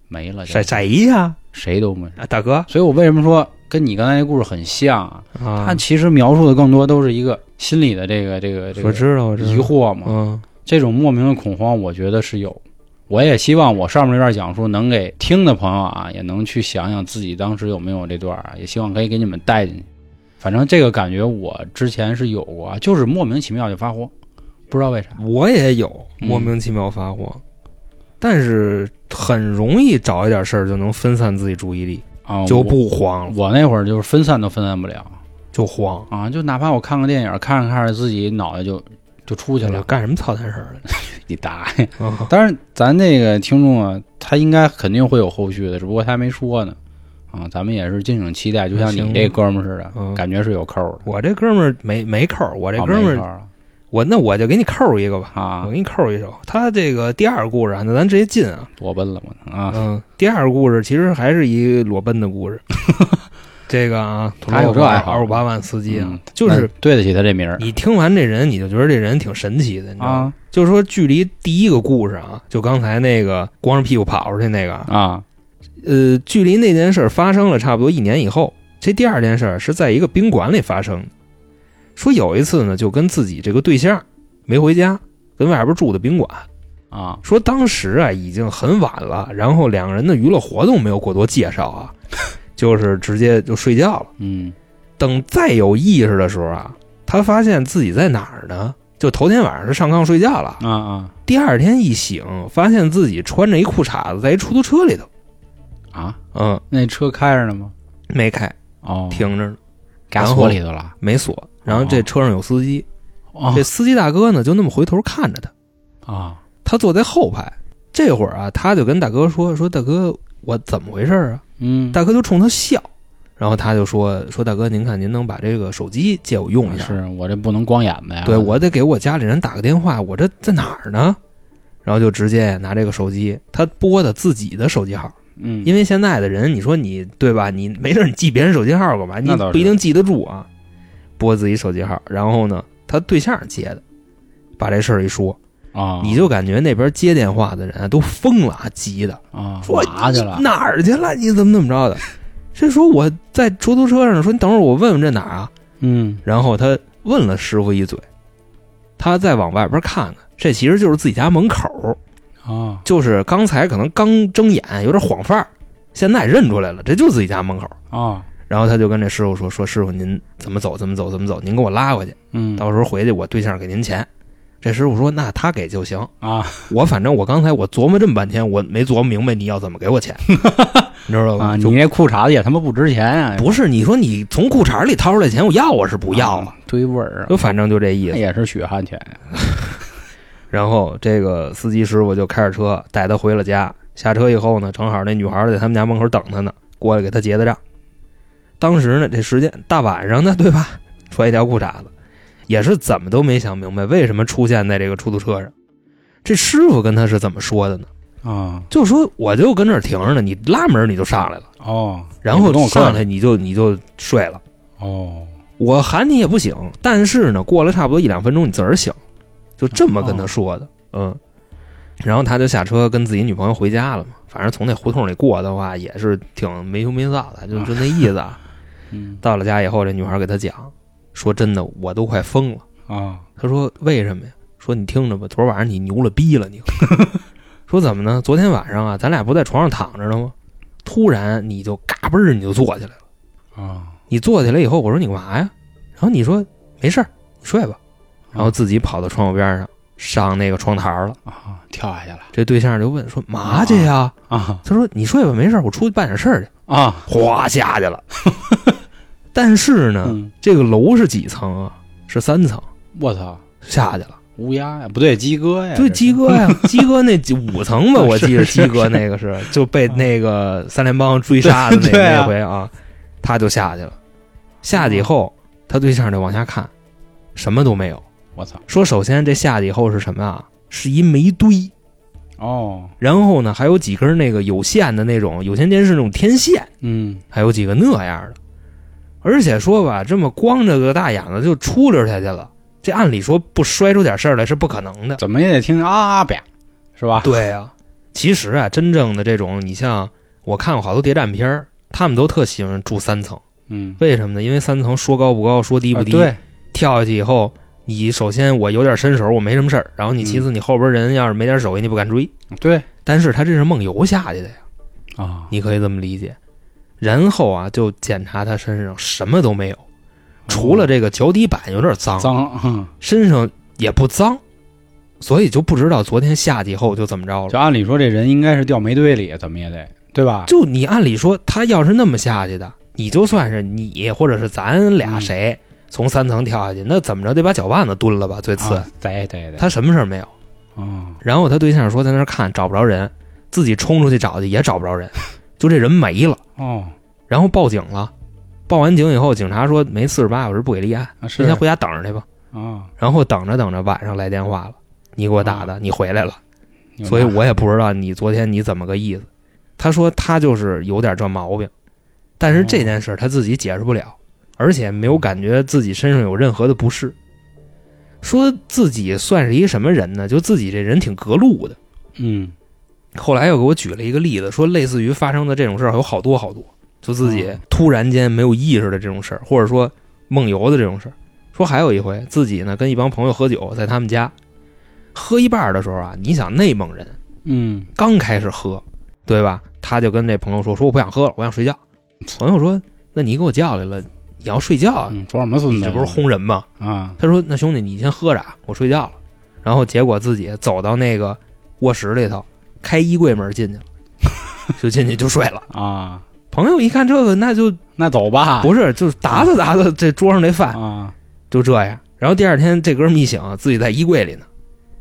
[SPEAKER 1] 没了就
[SPEAKER 3] 谁谁呀？
[SPEAKER 1] 谁都没。
[SPEAKER 3] 啊，大哥
[SPEAKER 1] 所以我为什么说跟你刚才那故事很像啊？
[SPEAKER 3] 啊
[SPEAKER 1] 他，其实描述的更多都是一个心理的这个这个这
[SPEAKER 3] 我
[SPEAKER 1] 个
[SPEAKER 3] 知道，我知道，
[SPEAKER 1] 疑惑嘛，
[SPEAKER 3] 嗯
[SPEAKER 1] 这种莫名的恐慌，我觉得是有。我也希望我上面这段讲述能给听的朋友啊，也能去想想自己当时有没有这段啊，也希望可以给你们带进去。反正这个感觉我之前是有过啊，就是莫名其妙就发火，不知道为啥。
[SPEAKER 3] 我也有
[SPEAKER 1] 嗯
[SPEAKER 3] 莫名其妙发火，但是很容易找一点事儿就能分散自己注意力，
[SPEAKER 1] 啊，
[SPEAKER 3] 就
[SPEAKER 1] 我
[SPEAKER 3] 不慌了，
[SPEAKER 1] 我那会儿就是分散都分散不了
[SPEAKER 3] 就慌
[SPEAKER 1] 啊，就哪怕我看个电影，看着看着自己脑袋就就出去了，
[SPEAKER 3] 干什么操蛋事儿
[SPEAKER 1] 你大爷！
[SPEAKER 3] 了？
[SPEAKER 1] 当然，咱这个听众啊，他应该肯定会有后续的，只不过他还没说呢。啊，咱们也是敬请期待，就像你这哥们儿似的，
[SPEAKER 3] 嗯
[SPEAKER 1] 感觉是有扣儿的。
[SPEAKER 3] 我这哥们儿没没扣儿，我这
[SPEAKER 1] 啊
[SPEAKER 3] 哥们
[SPEAKER 1] 没扣
[SPEAKER 3] 儿，
[SPEAKER 1] 儿
[SPEAKER 3] 我那我就给你扣一个吧，
[SPEAKER 1] 啊
[SPEAKER 3] 我给你扣一手。他这个第二故事啊，那咱直接进啊，
[SPEAKER 1] 裸奔了嘛啊，
[SPEAKER 3] 嗯，第二故事其实还是一裸奔的故 事。这个啊，
[SPEAKER 1] 他有这爱好
[SPEAKER 3] 二五八万司机啊
[SPEAKER 1] 嗯，
[SPEAKER 3] 就是
[SPEAKER 1] 那对得起他这名儿
[SPEAKER 3] 你听完这人，你就觉得这人挺神奇的，你知道吗？
[SPEAKER 1] 啊
[SPEAKER 3] 就是说，距离第一个故事啊，就刚才那个光着屁股跑出去那个啊，
[SPEAKER 1] 啊
[SPEAKER 3] 呃，距离那件事儿发生了差不多一年以后，这第二件事儿是在一个宾馆里发生的。说有一次呢，就跟自己这个对象没回家，跟外边住的宾馆。
[SPEAKER 1] 啊
[SPEAKER 3] 说当时啊已经很晚了，然后两个人的娱乐活动没有过多介绍啊，就是直接就睡觉了。
[SPEAKER 1] 嗯
[SPEAKER 3] 等再有意识的时候啊，他发现自己在哪儿呢？就头天晚上是上炕睡觉了，
[SPEAKER 1] 啊啊
[SPEAKER 3] 第二天一醒，发现自己穿着一裤衩子在一出租车里头，
[SPEAKER 1] 啊，
[SPEAKER 3] 嗯，
[SPEAKER 1] 那车开着呢吗？
[SPEAKER 3] 没开，
[SPEAKER 1] 哦，
[SPEAKER 3] 停着呢，
[SPEAKER 1] 嘎
[SPEAKER 3] 然后
[SPEAKER 1] 锁里头了。
[SPEAKER 3] 没锁。然后这车上有司机，
[SPEAKER 1] 哦
[SPEAKER 3] 这司机大哥呢就那么回头看着他，
[SPEAKER 1] 啊
[SPEAKER 3] 他坐在后排。这会儿啊，他就跟大哥说：“说大哥，我怎么回事啊？”
[SPEAKER 1] 嗯，
[SPEAKER 3] 大哥就冲他笑，然后他就说：“说大哥，您看您能把这个手机借我用一下？
[SPEAKER 1] 啊是我这不能光眼子呀。
[SPEAKER 3] 对我得给我家里人打个电话，我这在哪儿呢？”然后就直接拿这个手机，他拨的自己的手机号，
[SPEAKER 1] 嗯，
[SPEAKER 3] 因为现在的人，你说你对吧？你没事儿你记别人手机号干嘛？你
[SPEAKER 1] 那倒是
[SPEAKER 3] 不一定记得住啊。拨自己手机号，然后呢，他对象接的，把这事儿一说，
[SPEAKER 1] 啊
[SPEAKER 3] 你就感觉那边接电话的人啊都疯了啊，急的。
[SPEAKER 1] 啊
[SPEAKER 3] 说
[SPEAKER 1] 麻去了
[SPEAKER 3] 你哪儿去了？你怎么怎么着的？这说我在出租车上呢，说你等会儿我问问这哪儿啊？
[SPEAKER 1] 嗯
[SPEAKER 3] 然后他问了师傅一嘴，他再往外边看看，这其实就是自己家门口，
[SPEAKER 1] 啊
[SPEAKER 3] 就是刚才可能刚睁眼有点晃范儿，现在认出来了，这就是自己家门口。
[SPEAKER 1] 啊
[SPEAKER 3] 然后他就跟这师傅说：“说师傅，您怎么走？怎么走？怎么走？您给我拉回去，
[SPEAKER 1] 嗯
[SPEAKER 3] 到时候回去我对象给您钱。”这师傅说：“那他给就行，
[SPEAKER 1] 啊
[SPEAKER 3] 我反正我刚才我琢磨这么半天，我没琢磨明白你要怎么给我 钱，你知道吧？
[SPEAKER 1] 啊！你
[SPEAKER 3] 就
[SPEAKER 1] 那裤衩子也他妈不值钱啊！
[SPEAKER 3] 不是你说你从裤衩里掏出来钱，我要我是不要啊？
[SPEAKER 1] 啊，堆味儿啊
[SPEAKER 3] 就，反正就这意
[SPEAKER 1] 那
[SPEAKER 3] 思。
[SPEAKER 1] 也是血汗钱
[SPEAKER 3] 然后这个司机师傅就开着车带他回了家。下车以后呢，正好那女孩在他们家门口等他呢，过来给他结的账。当时呢，这时间大晚上的，对吧？ 穿一条裤衩子，也是怎么都没想明白为什么出现在这个出租车上。这师傅跟他是怎么说的呢？
[SPEAKER 1] 啊！
[SPEAKER 3] 就说我就跟这儿停着呢，你拉门你就上来了。
[SPEAKER 1] 哦，
[SPEAKER 3] 然后
[SPEAKER 1] 你不跟我
[SPEAKER 3] 上
[SPEAKER 1] 客
[SPEAKER 3] 来你就你就睡了。
[SPEAKER 1] 哦，
[SPEAKER 3] 我喊你也不醒，但是呢，过了差不多一两分钟，你自个儿醒，就这么跟他说的。嗯，然后他就下车跟自己女朋友回家了嘛。反正从那胡同里过的话，也是挺没羞没臊的，就就那意思啊。
[SPEAKER 1] 嗯
[SPEAKER 3] 到了家以后，这女孩给他讲，说真的，我都快疯了。
[SPEAKER 1] 啊，
[SPEAKER 3] 他说为什么呀？说你听着吧，昨儿晚上你牛了逼了你。说怎么呢？昨天晚上啊，咱俩不在床上躺着呢吗？突然你就嘎嘣儿你就坐起来了。
[SPEAKER 1] 啊，
[SPEAKER 3] 你坐起来以后，我说你干嘛呀？然后你说没事儿，你睡吧。然后
[SPEAKER 1] 嗯
[SPEAKER 3] 自己跑到窗户边上，上那个窗台儿了。
[SPEAKER 1] 啊，跳下去了
[SPEAKER 3] 这对象就问说嘛去呀？
[SPEAKER 1] 啊
[SPEAKER 3] 他说你睡吧，没事儿，我出去办点事儿去。
[SPEAKER 1] 啊，
[SPEAKER 3] 哗下去 了。但是呢，
[SPEAKER 1] 嗯，
[SPEAKER 3] 这个楼是几层啊？是三层，
[SPEAKER 1] 我操，
[SPEAKER 3] 下去了。
[SPEAKER 1] 乌鸦呀，不对，鸡哥哎呀，
[SPEAKER 3] 对，
[SPEAKER 1] 这是
[SPEAKER 3] 鸡哥呀， 鸡哥那几五层吧，我记得
[SPEAKER 1] 是是啊
[SPEAKER 3] 鸡哥那个是就被那个三联帮追杀的那
[SPEAKER 1] 对啊嗯
[SPEAKER 3] 那回啊，他就下去了。下去以后，他对象就往下看，什么都没有。
[SPEAKER 1] 我操，
[SPEAKER 3] 说首先这下去以后是什么啊？是一煤堆，
[SPEAKER 1] 哦，
[SPEAKER 3] 然后呢还有几根那个有线的那种有线电视那种天线，
[SPEAKER 1] 嗯，
[SPEAKER 3] 还有几个那样的。而且说吧，这么光着个大眼子就出溜下去了，这按理说不摔出点事儿来是不可能的。
[SPEAKER 1] 怎么也得听啊吧，是吧？
[SPEAKER 3] 对啊，其实啊，真正的这种，你像我看过好多谍战片儿，他们都特喜欢住三层，
[SPEAKER 1] 嗯，
[SPEAKER 3] 为什么呢？因为三层说高不高，说低不
[SPEAKER 1] 啊
[SPEAKER 3] 低。
[SPEAKER 1] 对，
[SPEAKER 3] 跳下去以后，你首先我有点身手，我没什么事儿，然后你其次你后边人要是没点手艺，你不敢追。
[SPEAKER 1] 对
[SPEAKER 3] 但是他这是梦游下去的呀，
[SPEAKER 1] 啊，
[SPEAKER 3] 你可以这么理解。然后啊，就检查他身上什么都没有，除了这个脚底板有点脏，
[SPEAKER 1] 脏，嗯
[SPEAKER 3] 身上也不脏，所以就不知道昨天下去以后就怎么着了。
[SPEAKER 1] 就按理说这人应该是掉煤堆里，怎么也得对吧？
[SPEAKER 3] 就你按理说，他要是那么下去的，你就算是你或者是咱俩
[SPEAKER 1] 嗯
[SPEAKER 3] 谁、从三层跳下去，那怎么着得把脚腕子蹲了吧？最次、
[SPEAKER 1] 啊，得得得，
[SPEAKER 3] 他什么事儿没有。
[SPEAKER 1] 啊，
[SPEAKER 3] 然后他对象说在那儿看找不着人，自己冲出去找去也找 不着人，就这人没了。
[SPEAKER 1] 哦，
[SPEAKER 3] 然后报警了，报完警以后，警察说没四十八小时不给立案，
[SPEAKER 1] 啊是
[SPEAKER 3] 您先回家等着去吧。
[SPEAKER 1] 啊，
[SPEAKER 3] 然后等着等着，晚上来电话了，你给我打的，你回来了。
[SPEAKER 1] 你
[SPEAKER 3] 所以
[SPEAKER 1] 们
[SPEAKER 3] 我也不知道你昨天你怎么个意思。他说他就是有点这毛病，但是这件事他自己解释不了，而且没有感觉自己身上有任何的不适。说自己算是一什么人呢？就自己这人挺格路的。
[SPEAKER 1] 嗯，
[SPEAKER 3] 后来又给我举了一个例子，说类似于发生的这种事儿有好多好多，就自己
[SPEAKER 1] 哦
[SPEAKER 3] 突然间没有意识的这种事儿，或者说梦游的这种事儿。说还有一回，自己呢跟一帮朋友喝酒，在他们家喝一半儿的时候啊，你想内蒙人
[SPEAKER 1] 嗯，
[SPEAKER 3] 刚开始喝，对吧？他就跟这朋友说：“说我不想喝了，我想睡觉。”朋友说：“那你给我叫来了，你要睡觉啊？
[SPEAKER 1] 嗯，说什么孙
[SPEAKER 3] 你
[SPEAKER 1] 子？
[SPEAKER 3] 这不是轰人吗
[SPEAKER 1] 啊？”？
[SPEAKER 3] 他说：“那兄弟，你先喝着，啊，我睡觉了。”然后结果自己走到那个卧室里头，开衣柜门进去了， 就进去就睡了。
[SPEAKER 1] 啊，
[SPEAKER 3] 朋友一看这个，那就
[SPEAKER 1] 那走吧，
[SPEAKER 3] 不是，就是打死打死这桌上这饭，
[SPEAKER 1] 啊，
[SPEAKER 3] 就这样。然后第二天这哥们一醒，自己在衣柜里呢，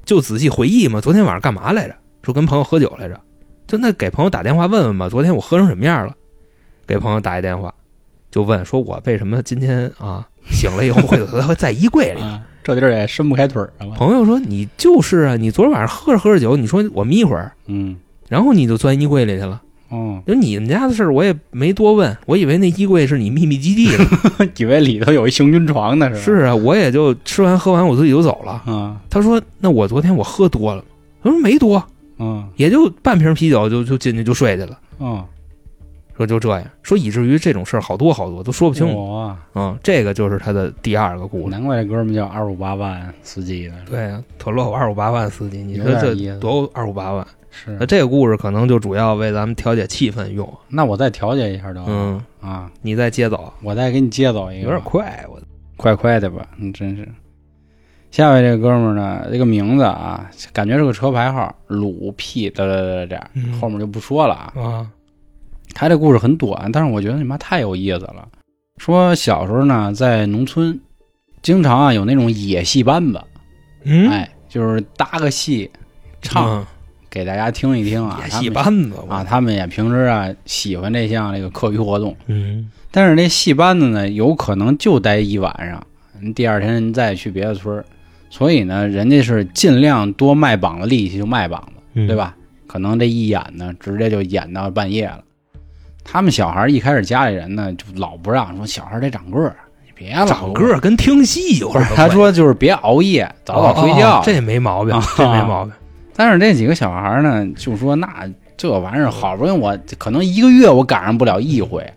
[SPEAKER 3] 就仔细回忆嘛，昨天晚上干嘛来着？说跟朋友喝酒来着，就那给朋友打电话问问吧，昨天我喝成什么样了？给朋友打一电话，就问说我为什么今天啊醒了以后会会在衣柜里？
[SPEAKER 1] 啊，这地儿也伸不开腿儿了吧，
[SPEAKER 3] 朋友说你就是啊，你昨天晚上喝着喝着酒，你说我眯一会儿，
[SPEAKER 1] 嗯，
[SPEAKER 3] 然后你就钻衣柜里去了。
[SPEAKER 1] 哦，
[SPEAKER 3] 就你们家的事儿我也没多问，我以为那衣柜是你秘密基地呢。
[SPEAKER 1] 嗯以为里头有一行军床呢，是吧？
[SPEAKER 3] 是啊，我也就吃完喝完我自己就走了。
[SPEAKER 1] 啊，
[SPEAKER 3] 他说：“那我昨天我喝多了。”他说：“没多，
[SPEAKER 1] 嗯，
[SPEAKER 3] 也就半瓶啤酒就就进去就睡去了。
[SPEAKER 1] 哦，”
[SPEAKER 3] 说就这样，说以至于这种事儿好多好多都说不清楚。
[SPEAKER 1] 我啊
[SPEAKER 3] 嗯，这个就是他的第二个故事。
[SPEAKER 1] 难怪这哥们叫二五八万司机呢，
[SPEAKER 3] 对啊，特洛二五八万司机，你说
[SPEAKER 1] 有点意
[SPEAKER 3] 这
[SPEAKER 1] 思
[SPEAKER 3] 多二五八万？
[SPEAKER 1] 是
[SPEAKER 3] 那。这个故事可能就主要为咱们调节气氛用。
[SPEAKER 1] 那我再调节一下得了
[SPEAKER 3] 嗯，
[SPEAKER 1] 啊，
[SPEAKER 3] 你再接走，嗯
[SPEAKER 1] 我再给你接走一
[SPEAKER 3] 有
[SPEAKER 1] 个吧，
[SPEAKER 3] 点快，我
[SPEAKER 1] 快快的吧，你真是。下位这个哥们儿呢，这个名字啊，感觉是个车牌号，鲁 P 哒哒哒哒哒
[SPEAKER 3] 嗯，
[SPEAKER 1] 后面就不说了啊。
[SPEAKER 3] 啊，
[SPEAKER 1] 他这故事很短，但是我觉得你妈太有意思了。说小时候呢，在农村，经常啊有那种野戏班子，
[SPEAKER 3] 嗯，
[SPEAKER 1] 哎，就是搭个戏，唱、
[SPEAKER 3] 嗯
[SPEAKER 1] 给大家听一听啊。
[SPEAKER 3] 演
[SPEAKER 1] 他
[SPEAKER 3] 戏
[SPEAKER 1] 们
[SPEAKER 3] 班子
[SPEAKER 1] 啊，，他们也平时啊喜欢这项这个课余活动，
[SPEAKER 3] 嗯
[SPEAKER 1] 但是这戏班子呢，有可能就待一晚上，嗯第二天再去别的村儿，所以呢，人家是尽量多卖膀子力气就卖膀子，
[SPEAKER 3] 嗯
[SPEAKER 1] 对？吧？可能这一演呢，直接就演到半夜了。他们小孩儿一开始家里人呢就老不让，说小孩儿得长个儿，你别老
[SPEAKER 3] 长个儿跟听戏有
[SPEAKER 1] 不
[SPEAKER 3] 什
[SPEAKER 1] 是
[SPEAKER 3] 么？
[SPEAKER 1] 他说就是别熬夜，早早睡
[SPEAKER 3] 哦哦
[SPEAKER 1] 觉。
[SPEAKER 3] 这没毛病
[SPEAKER 1] 啊，
[SPEAKER 3] 这没毛病。
[SPEAKER 1] 但是这几个小孩儿呢，就说那这玩意儿好不容易我可能一个月我赶上不了一回，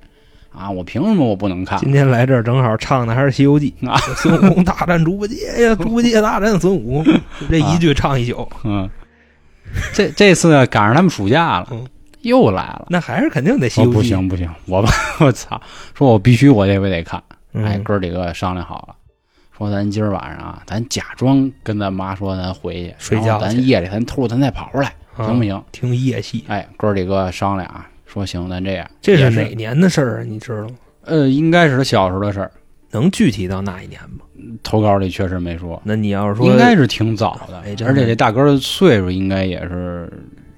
[SPEAKER 1] 啊，我凭什么我不能看？
[SPEAKER 3] 今天来这儿正好唱的还是《西游记》
[SPEAKER 1] 啊，
[SPEAKER 3] 孙悟空大战猪八 戒呀，猪八戒大战孙悟空，就这一句唱一宿，
[SPEAKER 1] 嗯，这这次呢赶上他们暑假了
[SPEAKER 3] 嗯，哦
[SPEAKER 1] 又来了。
[SPEAKER 3] 那还是肯定得《西
[SPEAKER 1] 说
[SPEAKER 3] 游记》
[SPEAKER 1] 哦不行不行，我 吧我操，说我必须我这回得看。
[SPEAKER 3] 嗯，
[SPEAKER 1] 哎，哥儿几个商量好了，说咱今儿晚上啊，咱假装跟咱妈说咱回去嗯
[SPEAKER 3] 睡觉
[SPEAKER 1] 然后
[SPEAKER 3] 去
[SPEAKER 1] 咱夜里咱偷着咱再跑出来，
[SPEAKER 3] 啊
[SPEAKER 1] 行不行？
[SPEAKER 3] 听夜戏，
[SPEAKER 1] 哎，哥儿几个商量啊，说行，咱这样。
[SPEAKER 3] 这
[SPEAKER 1] 也
[SPEAKER 3] 是
[SPEAKER 1] 是
[SPEAKER 3] 哪？年的事儿啊？你知道吗？
[SPEAKER 1] 呃，应该是他小时候的事儿，
[SPEAKER 3] 能具体到哪一年吗？
[SPEAKER 1] 投稿里确实没说，
[SPEAKER 3] 那你要是说，
[SPEAKER 1] 应该是挺早的，
[SPEAKER 3] 哎真
[SPEAKER 1] 而
[SPEAKER 3] 的
[SPEAKER 1] 且这大哥的岁数应该也是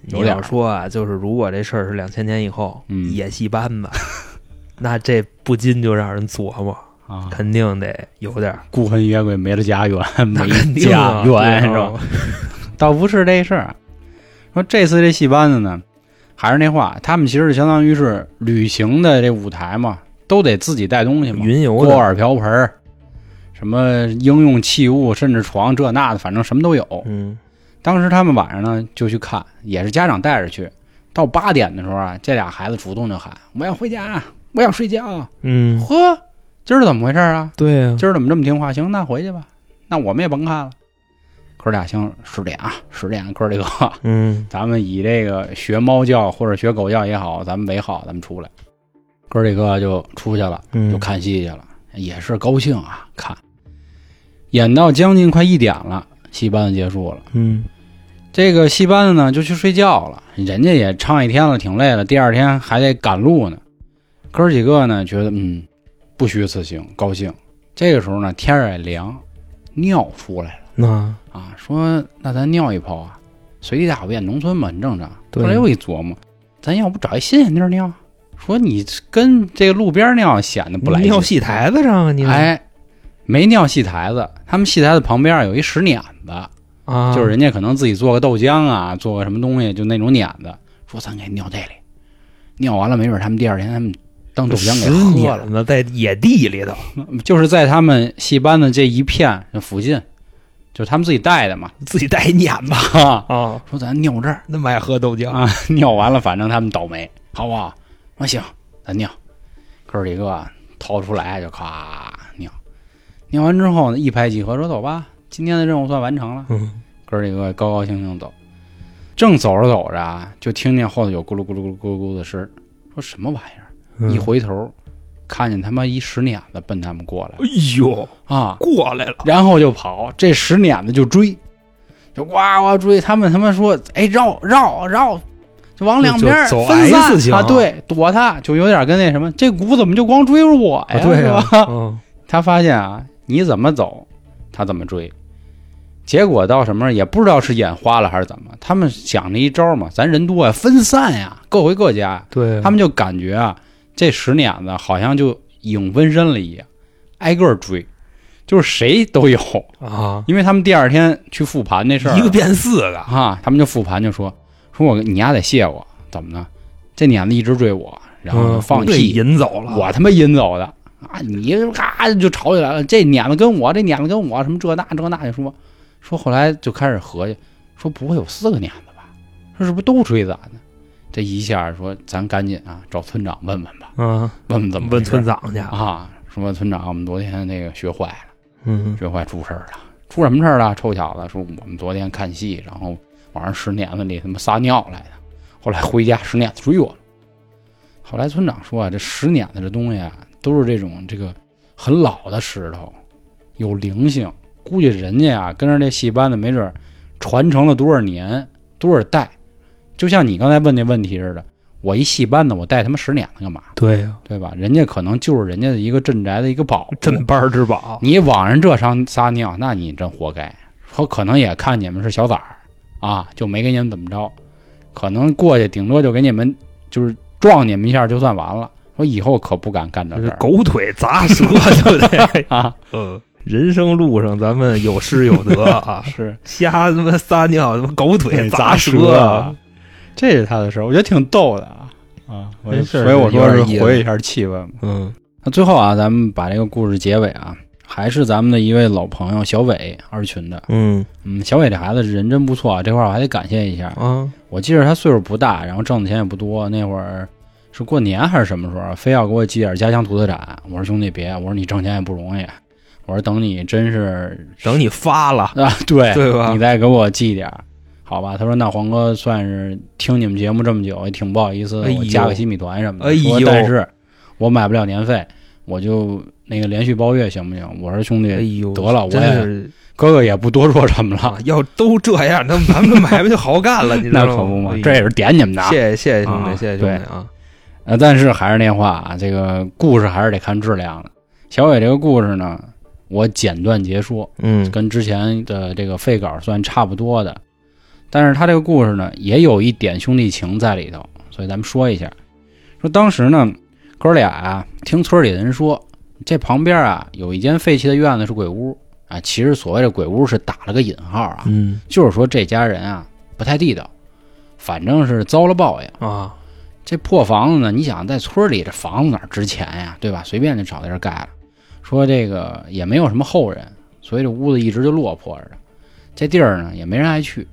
[SPEAKER 1] 有
[SPEAKER 3] 你
[SPEAKER 1] 点
[SPEAKER 3] 要
[SPEAKER 1] 儿
[SPEAKER 3] 说啊，就是如果这事儿是两千年以后，
[SPEAKER 1] 嗯
[SPEAKER 3] 夜戏班子， 那这不禁就让人琢磨，
[SPEAKER 1] 啊，
[SPEAKER 3] 肯定得有点儿
[SPEAKER 1] 孤魂野鬼没了家 园，
[SPEAKER 3] 那
[SPEAKER 1] 没
[SPEAKER 3] 肯定
[SPEAKER 1] 家
[SPEAKER 3] 啊，
[SPEAKER 1] 园是
[SPEAKER 3] 对啊
[SPEAKER 1] 吧？？倒不是这事儿啊。说这次这戏班子呢，还是那话，他们其实相当于是旅行的这舞台嘛，都得自己带东西嘛，
[SPEAKER 3] 云游
[SPEAKER 1] 锅
[SPEAKER 3] 的，
[SPEAKER 1] 碗瓢盆儿，什么应用器物，甚至床这那的，反正什么都有。
[SPEAKER 3] 嗯，
[SPEAKER 1] 当时他们晚上呢就去看，也是家长带着去。到八点的时候啊，这俩孩子主动就喊：“我要回家，我要睡觉。”
[SPEAKER 3] 嗯，
[SPEAKER 1] 呵，今儿怎么回事儿啊？
[SPEAKER 3] 对呀、
[SPEAKER 1] 今儿怎么这么听话？行，那回去吧。那我们也甭看了。哥俩行，十点啊，十点，哥儿几个，
[SPEAKER 3] 嗯，
[SPEAKER 1] 咱们以这个学猫叫或者学狗叫也好，咱们为号，咱们出来。哥儿几个就出去了，
[SPEAKER 3] 嗯
[SPEAKER 1] 就看戏去了，也是高兴啊，看。演到将近快一点了，戏班子结束了。
[SPEAKER 3] 嗯，
[SPEAKER 1] 这个戏班子呢就去睡觉了，人家也唱一天了，挺累了，第二天还得赶路呢。哥儿几个呢觉得嗯不虚此行，高兴。这个时候呢天儿也凉，尿出来了
[SPEAKER 3] 那
[SPEAKER 1] 啊，说那咱尿一泡啊，随地大小便，农村嘛很正常。
[SPEAKER 3] 对
[SPEAKER 1] 后来又一琢磨，咱要不找一新鲜地儿尿？啊说你跟这个路边尿显得不来劲
[SPEAKER 3] 尿戏台子上啊，你
[SPEAKER 1] 哎，没尿戏台子，他们戏台子旁边有一石碾子。
[SPEAKER 3] 啊，
[SPEAKER 1] 就是人家可能自己做个豆浆啊，做个什么东西，就那种碾子，说咱给尿这里，尿完了没准他们第二天他们当豆浆给喝了，
[SPEAKER 3] 了，在野地里头
[SPEAKER 1] 就是在他们戏班的这一片附近，就是他们自己带的嘛，
[SPEAKER 3] 自己带一碾子
[SPEAKER 1] 哈，
[SPEAKER 3] 啊，
[SPEAKER 1] 说咱尿这儿
[SPEAKER 3] 那么爱喝豆浆，
[SPEAKER 1] 啊， 尿完了反正他们倒霉，好不好？我行，咱尿，哥儿几个掏出来就咔尿，尿完之后呢，一拍即合，说走吧，今天的任务算完成了。
[SPEAKER 3] 嗯，
[SPEAKER 1] 哥儿几个高高兴兴走，正走着走着啊，就听见后头有咕噜咕噜咕噜咕噜咕噜的声儿，说什么玩意儿？
[SPEAKER 3] 嗯
[SPEAKER 1] 一回头，看见他妈一石碾子奔他们过来
[SPEAKER 3] 哎呦，
[SPEAKER 1] 啊，
[SPEAKER 3] 过来了，
[SPEAKER 1] 然后就跑，这石碾子就追，就呱呱追，他们他妈说，哎绕绕绕，就往两边儿
[SPEAKER 3] 就走
[SPEAKER 1] 分
[SPEAKER 3] S 型
[SPEAKER 1] 散啊，对，躲他，就有点跟那什么，这股怎么就光追着我哎呀？
[SPEAKER 3] 对
[SPEAKER 1] 是
[SPEAKER 3] 啊
[SPEAKER 1] 吧？，
[SPEAKER 3] 嗯
[SPEAKER 1] 他发现啊，你怎么走，他怎么追。结果到什么也不知道是眼花了还是怎么，他们想了一招嘛，咱人多呀，分散呀，各回各家呀。
[SPEAKER 3] 对啊，
[SPEAKER 1] 他们就感觉啊，这石碾子好像就影分身了一样，挨个儿追，就是谁都有。
[SPEAKER 3] 啊，
[SPEAKER 1] 因为他们第二天去复盘这事儿，
[SPEAKER 3] 一个变四个，
[SPEAKER 1] 啊，他们就复盘就说说我你丫得谢我，怎么呢？这碾子一直追我，然后
[SPEAKER 3] 嗯
[SPEAKER 1] 放
[SPEAKER 3] 被
[SPEAKER 1] 弃、
[SPEAKER 3] 引走了，
[SPEAKER 1] 我他妈引走的啊！你咔、就吵起来了，这碾子跟我，这碾子跟我，什么这那这那就说说，后来就开始合计，说不会有四个碾子吧？说是不是都追咱呢？这一下说咱赶紧啊找村长问问吧，
[SPEAKER 3] 嗯，
[SPEAKER 1] 问问怎么
[SPEAKER 3] 问村
[SPEAKER 1] 长
[SPEAKER 3] 长去，
[SPEAKER 1] 啊？说村长，我们昨天那个学坏了。
[SPEAKER 3] 嗯，
[SPEAKER 1] 学坏出事儿了，出什么事儿了？臭小子，说我们昨天看戏，然后晚上十年子里他妈撒尿来的，后来回家十年子追我了。后来村长说啊，这十年子这东西啊，都是这种这个很老的石头，有灵性，估计人家啊跟着这戏班子没准儿传承了多少年多少代，就像你刚才问那问题似的，我一戏班子我带他妈十年子干嘛？
[SPEAKER 3] 对啊呀，
[SPEAKER 1] 对吧？人家可能就是人家的一个镇宅的一个宝物，
[SPEAKER 3] 镇班儿之宝，
[SPEAKER 1] 你往人这上撒尿，那你真活该。说可能也看你们是小崽儿啊，就没给你们怎么着，可能过去顶多就给你们就是撞你们一下就算完了。说以后可不敢干这
[SPEAKER 3] 这
[SPEAKER 1] 事
[SPEAKER 3] 是
[SPEAKER 1] 儿
[SPEAKER 3] 狗腿砸 舌，对不对？
[SPEAKER 1] 啊！，
[SPEAKER 3] 嗯，人生路上咱们有失有得啊
[SPEAKER 1] 是
[SPEAKER 3] 瞎他妈撒尿，他妈狗腿砸
[SPEAKER 1] 啊，这是他的事儿，我觉得挺逗的啊啊！我
[SPEAKER 3] 这事儿
[SPEAKER 1] 所以我说
[SPEAKER 3] 有
[SPEAKER 1] 是
[SPEAKER 3] 点意思
[SPEAKER 1] 活跃一下气氛嘛。
[SPEAKER 3] 嗯
[SPEAKER 1] 那最后啊，咱们把这个故事结尾啊，还是咱们的一位老朋友小伟二群的。
[SPEAKER 3] 嗯
[SPEAKER 1] 嗯，小伟这孩子人真不错啊，这块儿我还得感谢一下。
[SPEAKER 3] 啊，
[SPEAKER 1] 我记着他岁数不大，然后挣的钱也不多，那会儿是过年还是什么时候，啊非要给我寄点家乡土特产。我说兄弟别，我说你挣钱也不容易，我说等你真是
[SPEAKER 3] 等你发了，
[SPEAKER 1] 啊， 对
[SPEAKER 3] 对吧
[SPEAKER 1] 你再给我寄点儿，好吧？他说那黄哥算是听你们节目这么久，也挺不好意思的，
[SPEAKER 3] 哎呦
[SPEAKER 1] 我加个新米团什么的。
[SPEAKER 3] 哎呦
[SPEAKER 1] 说但是我买不了年费，我就那个连续包月行不行？我说兄弟，
[SPEAKER 3] 哎呦，
[SPEAKER 1] 得了我
[SPEAKER 3] 真
[SPEAKER 1] 也
[SPEAKER 3] 是
[SPEAKER 1] 哥哥也不多说什么了
[SPEAKER 3] 啊，，要都这样，那咱们这买卖就好干了，你知
[SPEAKER 1] 那
[SPEAKER 3] 道
[SPEAKER 1] 可不嘛，
[SPEAKER 3] 哎呦
[SPEAKER 1] 这也是点你们的啊。
[SPEAKER 3] 谢谢谢谢兄弟，
[SPEAKER 1] 啊
[SPEAKER 3] 谢谢兄弟啊，
[SPEAKER 1] 呃，但是还是那话啊，这个故事还是得看质量的。小伟这个故事呢，我简短截说，
[SPEAKER 3] 嗯
[SPEAKER 1] 跟之前的这个废稿算差不多的，但是他这个故事呢，也有一点兄弟情在里头，所以咱们说一下。说当时呢，哥俩啊，听村里的人说，这旁边啊有一间废弃的院子是鬼屋啊。其实所谓的鬼屋是打了个引号啊，
[SPEAKER 3] 嗯
[SPEAKER 1] 就是说这家人啊不太地道，反正是遭了报应。
[SPEAKER 3] 啊，
[SPEAKER 1] 这破房子呢，你想在村里这房子哪儿值钱呀，对吧？随便就找地儿盖了。说这个也没有什么后人，所以这屋子一直就落魄着的。这地儿呢也没人爱去，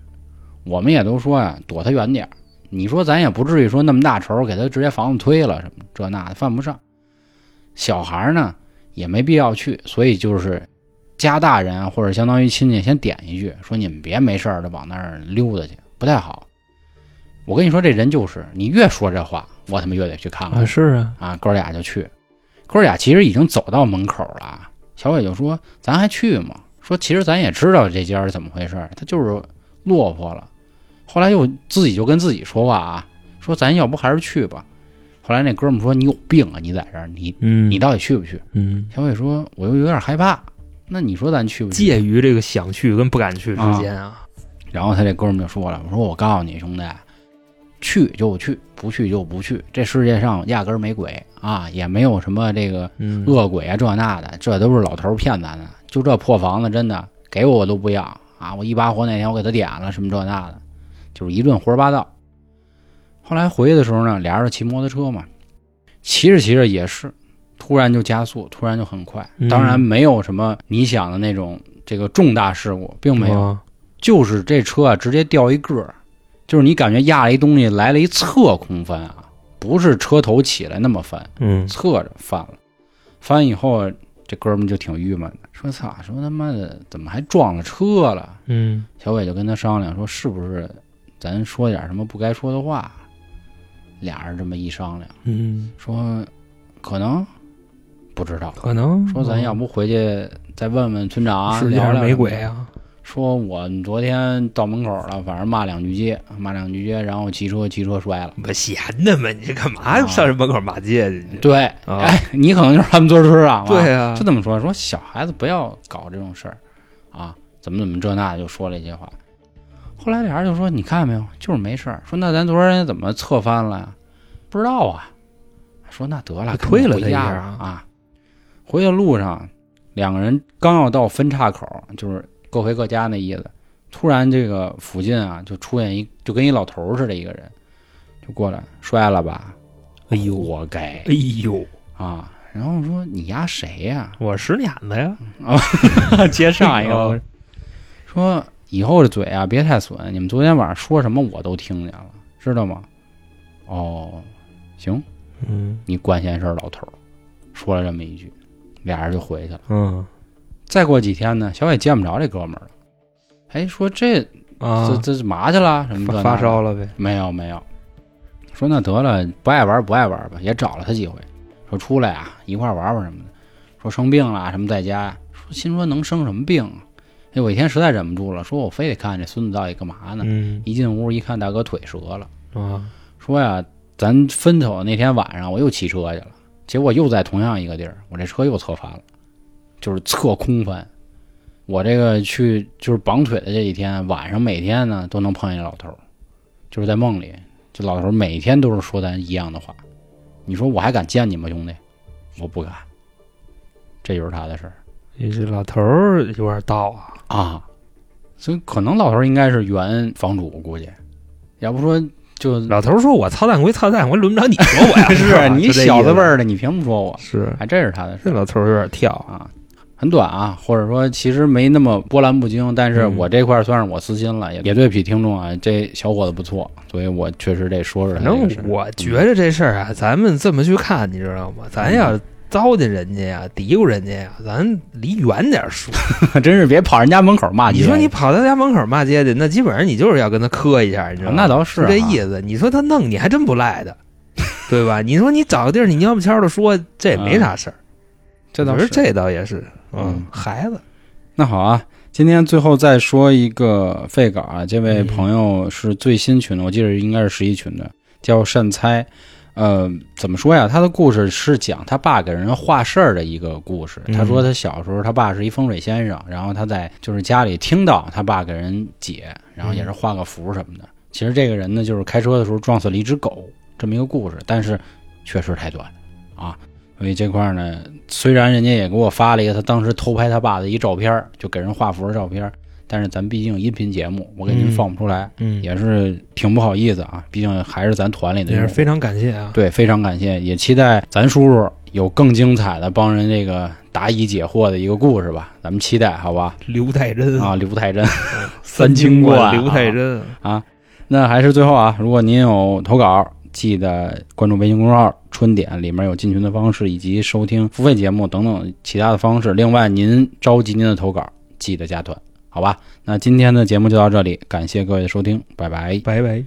[SPEAKER 1] 我们也都说呀、躲他远点儿。你说咱也不至于说那么大仇给他直接房子推了什么这那的，犯不上。小孩儿呢也没必要去，所以就是家大人啊或者相当于亲戚先点一句，说你们别没事儿的往那儿溜达去，不太好。我跟你说，这人就是你越说这话，我他妈越得去看看。
[SPEAKER 3] 是啊，
[SPEAKER 1] 啊，哥俩就去。哥俩其实已经走到门口了啊，小伟就说：“咱还去吗？”说其实咱也知道这家是怎么回事儿，他就是落魄了。后来又自己就跟自己说话啊，说咱要不还是去吧。后来那哥们说：“你有病啊！你在这儿，你
[SPEAKER 3] 嗯
[SPEAKER 1] 你到底去不去
[SPEAKER 3] 嗯？”，
[SPEAKER 1] 小伟说：“我又有点害怕。”那你说咱去不去？
[SPEAKER 3] 介于这个想去跟不敢去之间啊，
[SPEAKER 1] 然后他这哥们就说了：“我说我告诉你，兄弟，去就去，不去就不去。这世界上压根儿没鬼啊，也没有什么这个
[SPEAKER 3] 嗯
[SPEAKER 1] 恶鬼啊，这那的，这都是老头儿骗咱的。就这破房子，真的给我我都不要啊！我一把火那天我给他点了，什么这那的，就是一顿胡说八道。后来回去的时候呢，俩人骑摩托车嘛，骑着骑着也是，突然就加速，突然就很快。
[SPEAKER 3] 嗯
[SPEAKER 1] 当然没有什么你想的那种这个重大事故，并没有，
[SPEAKER 3] 啊
[SPEAKER 1] 就是这车啊直接掉一个儿，就是你感觉压了一东西来了一侧空翻啊，不是车头起来那么翻。
[SPEAKER 3] 嗯
[SPEAKER 1] 侧着翻了，翻以后这哥们就挺郁闷的，说操，说他妈的怎么还撞了车了？
[SPEAKER 3] 嗯
[SPEAKER 1] 小伟就跟他商量说，是不是咱说点什么不该说的话？俩人这么一商量，
[SPEAKER 3] 嗯，
[SPEAKER 1] 说可能不知道，
[SPEAKER 3] 可能
[SPEAKER 1] 说咱要不回去再问问村长，
[SPEAKER 3] 世界
[SPEAKER 1] 聊
[SPEAKER 3] 上
[SPEAKER 1] 聊
[SPEAKER 3] 没鬼。啊，
[SPEAKER 1] 说我昨天到门口了，反正骂两句街，骂两句街，然后骑车骑车摔了。
[SPEAKER 3] 不闲的嘛，你这干嘛
[SPEAKER 1] 啊
[SPEAKER 3] 上人门口骂街去？
[SPEAKER 1] 对，
[SPEAKER 3] 啊
[SPEAKER 1] 哎，你可能就是他们村村长了。
[SPEAKER 3] 对啊
[SPEAKER 1] 是，这么说，说小孩子不要搞这种事儿，啊，怎么怎么这那的就说了一些话。后来俩人就说：“你看没有，就是没事儿。”说：“那咱昨天怎么侧翻了呀？”不知道啊。说：“那得了，
[SPEAKER 3] 就推了
[SPEAKER 1] 赶紧回
[SPEAKER 3] 他一下
[SPEAKER 1] 家
[SPEAKER 3] 啊
[SPEAKER 1] 吧啊。”回去路上，两个人刚要到分岔口，就是各回各家那意思。突然，这个附近啊，就出现一就跟一老头儿似的，一个人就过来摔了吧，
[SPEAKER 3] 哎呦
[SPEAKER 1] 活该
[SPEAKER 3] 哎呦，
[SPEAKER 1] 啊！然后说你丫谁呀、
[SPEAKER 3] 我使脸子呀，
[SPEAKER 1] 接上一
[SPEAKER 3] 哦
[SPEAKER 1] 个，说以后这嘴啊别太损，你们昨天晚上说什么我都听见了，知道吗？哦，行，
[SPEAKER 3] 嗯
[SPEAKER 1] 你管闲事儿，老头儿，说了这么一句，俩人就回去了。
[SPEAKER 3] 嗯
[SPEAKER 1] 再过几天呢，小伟见不着这哥们儿了，哎，说这
[SPEAKER 3] 啊
[SPEAKER 1] 这，这是嘛去了？什么这
[SPEAKER 3] 发
[SPEAKER 1] 那
[SPEAKER 3] 发
[SPEAKER 1] 的
[SPEAKER 3] 烧了呗，
[SPEAKER 1] 没有没有，说那得了，不爱玩不爱玩吧，也找了他几回，说出来啊一块儿玩玩什么的，说生病了啊什么在家，说心说能生什么病啊？哎，我一天实在忍不住了，说我非得看这孙子到底干嘛呢？
[SPEAKER 3] 嗯
[SPEAKER 1] 一进屋一看，大哥腿折了，
[SPEAKER 3] 啊，
[SPEAKER 1] 说呀，咱分手的那天晚上我又骑车去了，结果又在同样一个地儿，我这车又侧翻了，就是侧空翻。我这个去就是绑腿的这几天，晚上每天呢都能碰见老头儿，就是在梦里，这老头儿每天都是说咱一样的话。你说我还敢见你吗，兄弟？我不敢。这就是他的事儿
[SPEAKER 3] 这这老头儿有点道啊，
[SPEAKER 1] 啊，所以可能老头儿应该是原房主，估计，要不说就
[SPEAKER 3] 老头儿说我操蛋归操蛋，我轮不着你说我呀，
[SPEAKER 1] 嗯 是啊
[SPEAKER 3] 吧
[SPEAKER 1] 你
[SPEAKER 3] 啊就这
[SPEAKER 1] 小
[SPEAKER 3] 意
[SPEAKER 1] 子
[SPEAKER 3] 思
[SPEAKER 1] 辈儿的，你凭什么说我？
[SPEAKER 3] 是
[SPEAKER 1] 还真是他的事
[SPEAKER 3] 这
[SPEAKER 1] 儿
[SPEAKER 3] 老头儿有点跳，
[SPEAKER 1] 啊。很短啊，或者说其实没那么波澜不惊，但是
[SPEAKER 3] 嗯
[SPEAKER 1] 我这块儿算是我私心了，也也对不起听众啊，这小伙子不错，所以我确实得说出来
[SPEAKER 3] 反
[SPEAKER 1] 这
[SPEAKER 3] 正
[SPEAKER 1] 个事儿。
[SPEAKER 3] 我觉 着这事儿啊，咱们这么去看，你知道吗？咱
[SPEAKER 1] 嗯
[SPEAKER 3] 要糟践人家呀，嘀咕人家呀，咱离远点儿说。
[SPEAKER 1] 真是别跑人家门口骂
[SPEAKER 3] 啊你
[SPEAKER 1] 街，
[SPEAKER 3] 说你跑他家门口骂街去，那基本上你就是要跟他磕一下，你知道
[SPEAKER 1] 啊
[SPEAKER 3] 吗？
[SPEAKER 1] 那倒是
[SPEAKER 3] 是这
[SPEAKER 1] 啊
[SPEAKER 3] 意思。你说他弄你还真不赖 的，对吧？你说你找个地儿，你蔫不悄的说，这也没啥事儿。
[SPEAKER 1] 啊这倒
[SPEAKER 3] 我说
[SPEAKER 1] 是
[SPEAKER 3] 这倒也是，
[SPEAKER 1] 嗯
[SPEAKER 3] 嗯，孩子，
[SPEAKER 1] 那好啊，今天最后再说一个废稿啊，这位朋友是最新群的，我记得应该是十一群的，叫善猜。呃，怎么说呀？他的故事是讲他爸给人画事儿的一个故事。
[SPEAKER 3] 嗯
[SPEAKER 1] 他说他小时候，他爸是一风水先生，然后他在就是家里听到他爸给人解，然后也是画个符什么的。其实这个人呢，就是开车的时候撞死了一只狗，这么一个故事，但是确实太短啊。所以这块儿呢，虽然人家也给我发了一个他当时偷拍他爸的一照片儿，就给人画符的照片儿，但是咱毕竟音频节目，我给您
[SPEAKER 3] 嗯
[SPEAKER 1] 放不出来，
[SPEAKER 3] 嗯
[SPEAKER 1] 也是挺不好意思啊。毕竟还是咱团里的
[SPEAKER 3] 也
[SPEAKER 1] 用
[SPEAKER 3] 是
[SPEAKER 1] 户
[SPEAKER 3] 非常感谢啊。
[SPEAKER 1] 对，非常感谢，也期待咱叔叔有更精彩的帮人这个答疑解惑的一个故事吧，咱们期待好吧？
[SPEAKER 3] 刘太真
[SPEAKER 1] 啊，刘太真。三
[SPEAKER 3] 三清
[SPEAKER 1] 清观啊
[SPEAKER 3] 刘太真，
[SPEAKER 1] 那还是最后啊，如果您有投稿，记得关注微信公众号“春点”，里面有进群的方式以及收听付费节目等等其他的方式。另外，您召集您的投稿，记得加团，好吧？那今天的节目就到这里，感谢各位的收听，拜拜。
[SPEAKER 3] 拜拜。